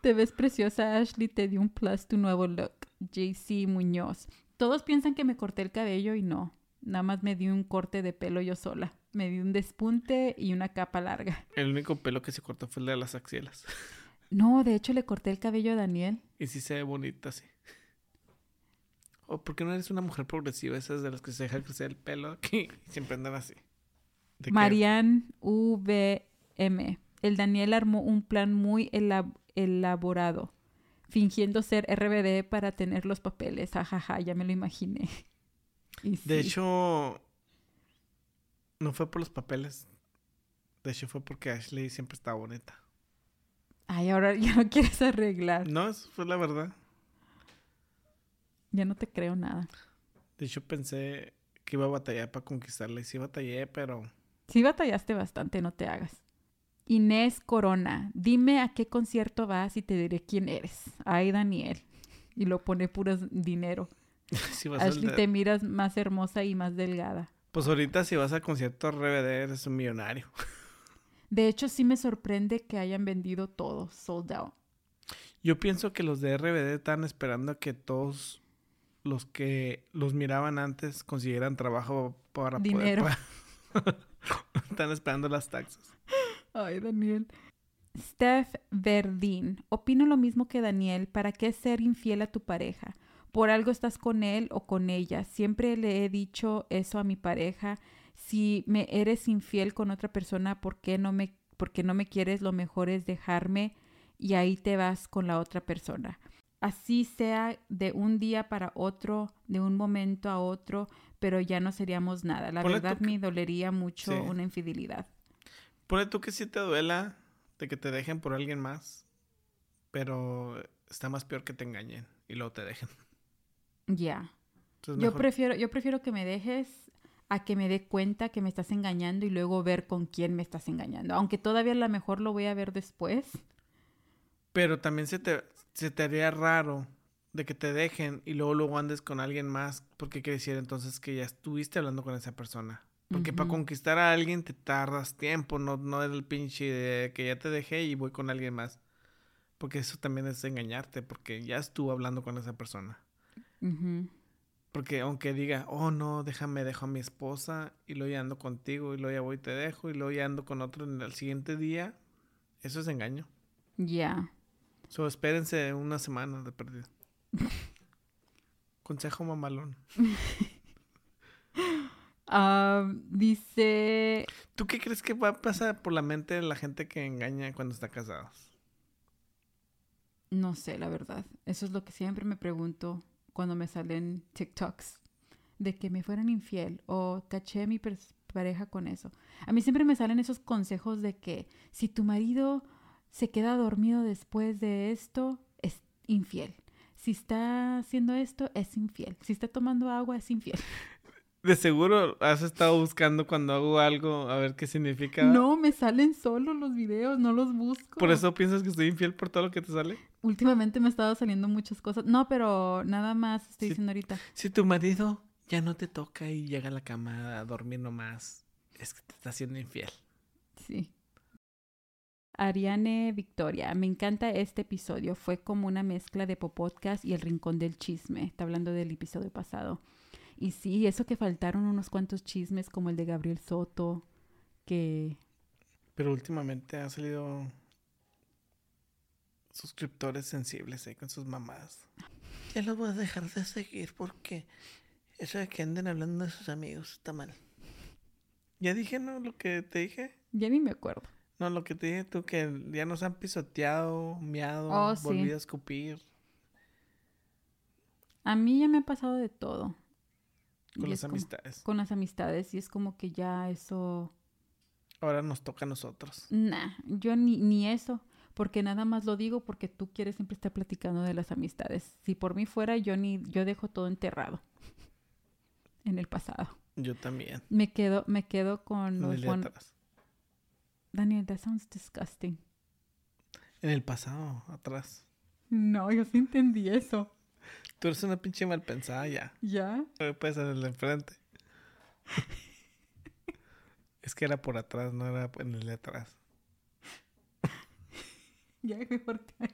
Speaker 1: Te ves preciosa, Ashley, te dio un plus tu nuevo look. JC Muñoz. Todos piensan que me corté el cabello y no. Nada más me di un corte de pelo yo sola. Me di un despunte y una capa larga.
Speaker 2: El único pelo que se cortó fue el de las axilas.
Speaker 1: No, de hecho le corté el cabello a Daniel.
Speaker 2: Y sí se ve bonita, sí. ¿O por qué no eres una mujer progresiva? Esas de las que se deja crecer el pelo aquí. Siempre andan así. De que-
Speaker 1: Marianne VM. El Daniel armó un plan muy elab- elaborado, fingiendo ser RBD para tener los papeles. Ajaja, ya me lo imaginé. Y
Speaker 2: De
Speaker 1: sí.
Speaker 2: hecho, no fue por los papeles. De hecho, fue porque Ashley siempre estaba bonita.
Speaker 1: Ay, ahora ya no quieres arreglar.
Speaker 2: No, eso fue la verdad.
Speaker 1: Ya no te creo nada.
Speaker 2: De hecho, pensé que iba a batallar para conquistarla. Y sí batallé, pero
Speaker 1: Sí batallaste bastante, no te hagas. Inés Corona, dime a qué concierto vas y te diré quién eres. Ay, Daniel. Y lo pone puras dinero.
Speaker 2: si vas
Speaker 1: Ashley,
Speaker 2: al-
Speaker 1: te miras más hermosa y más delgada.
Speaker 2: Pues ahorita si vas al concierto RBD eres un millonario.
Speaker 1: De hecho, sí me sorprende que hayan vendido todo, sold out.
Speaker 2: Yo pienso que los de RBD están esperando a que todos los que los miraban antes consiguieran trabajo para
Speaker 1: Dinero.
Speaker 2: poder... pagar. están esperando las taxas.
Speaker 1: Ay, Daniel. Steph Verdín, opino lo mismo que Daniel, ¿para qué ser infiel a tu pareja? Por algo estás con él o con ella. Siempre le he dicho eso a mi pareja. Si me eres infiel con otra persona, ¿por qué no me, por qué no me quieres? Lo mejor es dejarme y ahí te vas con la otra persona. Así sea de un día para otro, de un momento a otro, pero ya no seríamos nada. La
Speaker 2: Ponle
Speaker 1: verdad
Speaker 2: tú que-
Speaker 1: me dolería mucho
Speaker 2: Sí.
Speaker 1: una infidelidad.
Speaker 2: Pone tú que sí te duela de que te dejen por alguien más, pero está más peor que te engañen y luego te dejen.
Speaker 1: Ya.
Speaker 2: Entonces,
Speaker 1: Yo
Speaker 2: mejor-
Speaker 1: prefiero, yo prefiero que me dejes a que me dé cuenta que me estás engañando y luego ver con quién me estás engañando. Aunque todavía a lo mejor lo voy a ver después.
Speaker 2: Pero también se te, se te haría raro de que te dejen y luego luego andes con alguien más, porque quiere decir entonces que ya estuviste hablando con esa persona. Porque para
Speaker 1: Ujú.
Speaker 2: conquistar a alguien te tardas tiempo, no, no es el pinche de que ya te dejé y voy con alguien más. Porque eso también es engañarte, porque ya estuvo hablando con esa persona.
Speaker 1: Ujú.
Speaker 2: Porque aunque diga, oh no, déjame, dejo a mi esposa y luego ya ando contigo y luego ya voy y te dejo y luego ya ando con otro en el siguiente día, eso es engaño.
Speaker 1: Ya.
Speaker 2: So, espérense una semana de perdida. Consejo mamalón.
Speaker 1: Ah, dice,
Speaker 2: ¿Tú qué crees que va a pasar por la mente de la gente que engaña cuando está casados?
Speaker 1: no sé, la verdad. Eso es lo que siempre me pregunto cuando me salen TikToks de que me fueran infiel o caché a mi pers- pareja con eso. A mí siempre me salen esos consejos de que si tu marido se queda dormido después de esto, es infiel. Si está haciendo esto, es infiel. Si está tomando agua, es infiel.
Speaker 2: De seguro has estado buscando cuando hago algo a ver qué significa.
Speaker 1: No, me salen solo los videos, no los busco.
Speaker 2: ¿Por eso piensas que estoy infiel por todo lo que te sale?
Speaker 1: Últimamente me han estado saliendo muchas cosas. No, pero nada más estoy
Speaker 2: Sí.
Speaker 1: diciendo ahorita.
Speaker 2: Si tu marido ya no te toca y llega a la cama a dormir nomás, es que te está haciendo infiel.
Speaker 1: Sí. Ariane Victoria, me encanta este episodio. Fue como una mezcla de Popodcast y El Rincón del Chisme. Está hablando del episodio pasado. Y sí, eso que faltaron unos cuantos chismes como el de Gabriel Soto, que...
Speaker 2: Pero últimamente han salido suscriptores sensibles ahí con sus mamadas. Ya los voy a dejar de seguir porque eso de que anden hablando de sus amigos está mal. Ya dije, ¿no? Lo que te dije.
Speaker 1: Ya ni me acuerdo.
Speaker 2: No, lo que te dije tú, que ya nos han pisoteado, miado,
Speaker 1: Oh, sí.
Speaker 2: volvido a escupir
Speaker 1: A mí ya me ha pasado de todo. Y
Speaker 2: con
Speaker 1: es
Speaker 2: las
Speaker 1: como-
Speaker 2: amistades.
Speaker 1: Con las amistades. Y es como que ya eso...
Speaker 2: Ahora nos toca a nosotros.
Speaker 1: Nah, yo ni, ni eso, porque nada más lo digo porque tú quieres siempre estar platicando de las amistades. Si por mí fuera, yo ni yo dejo todo enterrado en el pasado.
Speaker 2: Yo también.
Speaker 1: Me quedo me quedo con
Speaker 2: No
Speaker 1: los Juan-
Speaker 2: atrás.
Speaker 1: Daniel, that sounds disgusting.
Speaker 2: En el pasado, atrás.
Speaker 1: No, yo sí entendí eso.
Speaker 2: Tú eres una pinche mal pensada ya.
Speaker 1: ¿Ya?
Speaker 2: Eh, Pues en el de enfrente. es que era por atrás, no era en el de atrás.
Speaker 1: Ya mejor te-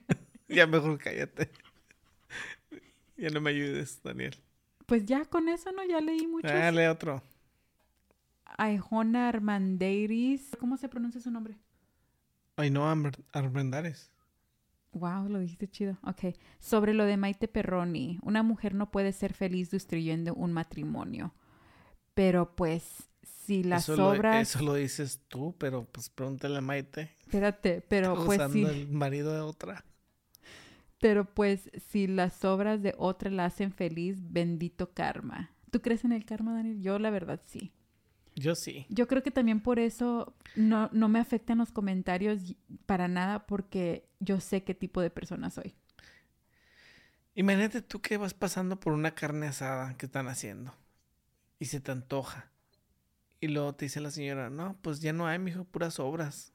Speaker 2: Ya mejor cállate. ya no me ayudes, Daniel.
Speaker 1: Pues ya con eso Ah, no ya leí muchos.
Speaker 2: Dale otro.
Speaker 1: Aijona Armandeiris. ¿Cómo se pronuncia su nombre?
Speaker 2: Ay, no, Amber- Armendares.
Speaker 1: Wow, lo dijiste chido. Ok. Sobre lo de Maite Perroni, una mujer no puede ser feliz destruyendo un matrimonio. Pero pues, si las
Speaker 2: eso, lo, e-
Speaker 1: obras.
Speaker 2: eso lo dices tú, pero pues pregúntale a Maite.
Speaker 1: Espérate, pero
Speaker 2: Está
Speaker 1: pues
Speaker 2: usando
Speaker 1: sí.
Speaker 2: el marido de otra.
Speaker 1: Pero pues, si las obras de otra la hacen feliz, bendito karma. ¿Tú crees en el karma, Daniel? Yo, la verdad, sí.
Speaker 2: Yo sí.
Speaker 1: Yo creo que también por eso no, no me afectan los comentarios y- para nada, porque yo sé qué tipo de persona soy.
Speaker 2: Imagínate tú que vas pasando por una carne asada que están haciendo y se te antoja. Y luego te dice la señora, no, pues ya no hay, mijo, puras sobras.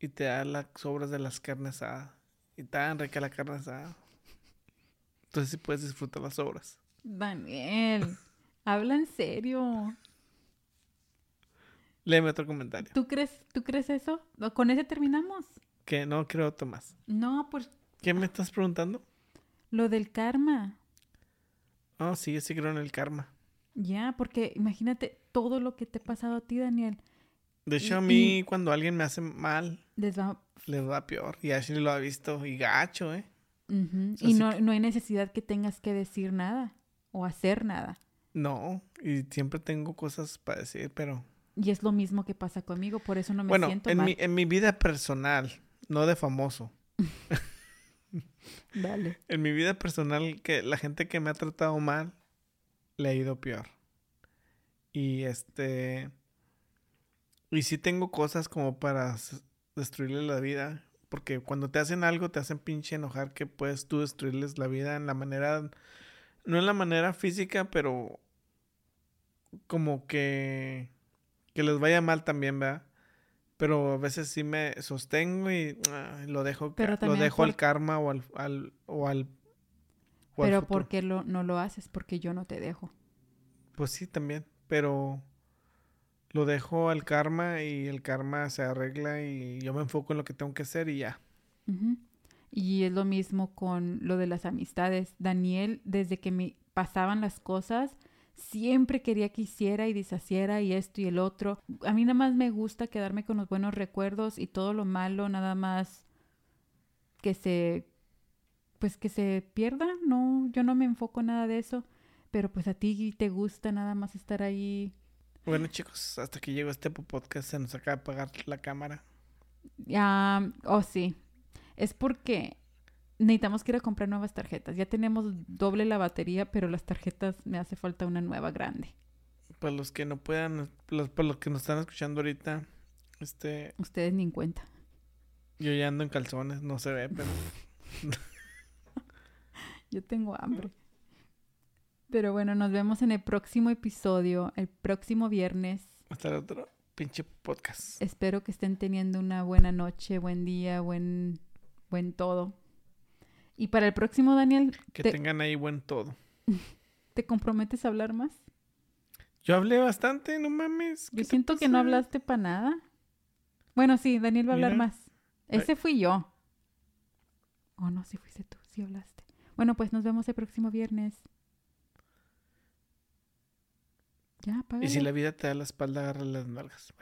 Speaker 2: Y te da las sobras de las carnes asadas. Y tan rica la carne asada. Entonces sí puedes disfrutar las sobras.
Speaker 1: Daniel, habla en serio.
Speaker 2: Léeme otro comentario.
Speaker 1: ¿Tú crees, ¿Tú crees eso? ¿No- ¿Con ese terminamos?
Speaker 2: Que no creo otro más.
Speaker 1: No, pues
Speaker 2: ¿Qué me estás preguntando?
Speaker 1: lo del karma.
Speaker 2: Oh, sí, yo sí creo en el karma.
Speaker 1: Ya, porque imagínate todo lo que te ha pasado a ti, Daniel.
Speaker 2: De hecho, a
Speaker 1: Y-
Speaker 2: mí cuando alguien me hace mal,
Speaker 1: Les va...
Speaker 2: les va peor. Y Ashley lo ha visto y gacho, ¿eh?
Speaker 1: Ujú,
Speaker 2: Así
Speaker 1: Y no, no hay necesidad que tengas que decir nada o hacer nada.
Speaker 2: No, y siempre tengo cosas para decir, pero...
Speaker 1: Y es lo mismo que pasa conmigo, por eso no me
Speaker 2: bueno,
Speaker 1: siento
Speaker 2: en
Speaker 1: mal.
Speaker 2: mi, en mi vida personal, no de famoso.
Speaker 1: Dale.
Speaker 2: En mi vida personal, que la gente que me ha tratado mal, le ha ido peor. Y este. Y sí tengo cosas como para s- destruirle la vida. Porque cuando te hacen algo, te hacen pinche enojar que puedes tú destruirles la vida en la manera. No en la manera física, pero. Como que. Que les vaya mal también, ¿verdad? Pero a veces sí me sostengo y ah, lo dejo,
Speaker 1: Pero
Speaker 2: ca- lo
Speaker 1: también
Speaker 2: dejo al
Speaker 1: por-
Speaker 2: karma o al. al- o al o al
Speaker 1: Pero
Speaker 2: futuro.
Speaker 1: ¿por qué lo, no lo haces? Porque yo no te dejo.
Speaker 2: Pues sí, también, pero lo dejo al karma y el karma se arregla y yo me enfoco en lo que tengo que hacer y ya.
Speaker 1: Ujú. Y es lo mismo con lo de las amistades. Daniel, desde que me pasaban las cosas, siempre quería que hiciera y deshaciera y esto y el otro. A mí nada más me gusta quedarme con los buenos recuerdos y todo lo malo nada más que se pues que se pierda. No, yo no me enfoco en nada de eso, pero pues a ti te gusta nada más estar ahí.
Speaker 2: Bueno, chicos, hasta que llegó este podcast se nos acaba de apagar la cámara.
Speaker 1: Ah, oh, sí. Es porque necesitamos que ir a comprar nuevas tarjetas. Ya tenemos doble la batería, pero las tarjetas me hace falta una nueva grande.
Speaker 2: Para los que no puedan, los- para los que nos están escuchando ahorita, este,
Speaker 1: Ustedes ni en cuenta.
Speaker 2: yo ya ando en calzones, no se ve, pero
Speaker 1: Yo tengo hambre. Pero bueno, nos vemos en el próximo episodio, el próximo viernes.
Speaker 2: hasta el otro pinche podcast.
Speaker 1: Espero que estén teniendo una buena noche, buen día, buen, buen todo. Y para el próximo, Daniel,
Speaker 2: Que
Speaker 1: te-
Speaker 2: tengan ahí buen todo.
Speaker 1: ¿te comprometes a hablar más?
Speaker 2: Yo hablé bastante, no mames. ¿qué
Speaker 1: Yo
Speaker 2: te
Speaker 1: siento que no
Speaker 2: pasa?
Speaker 1: hablaste para nada. Bueno, sí, Daniel va a hablar
Speaker 2: Mira.
Speaker 1: más. Ese fui yo. Oh, no, sí fuiste tú, sí hablaste. Bueno, pues nos vemos el próximo viernes. Ya,
Speaker 2: Y si
Speaker 1: apágale.
Speaker 2: la vida te da la espalda, agarra las nalgas.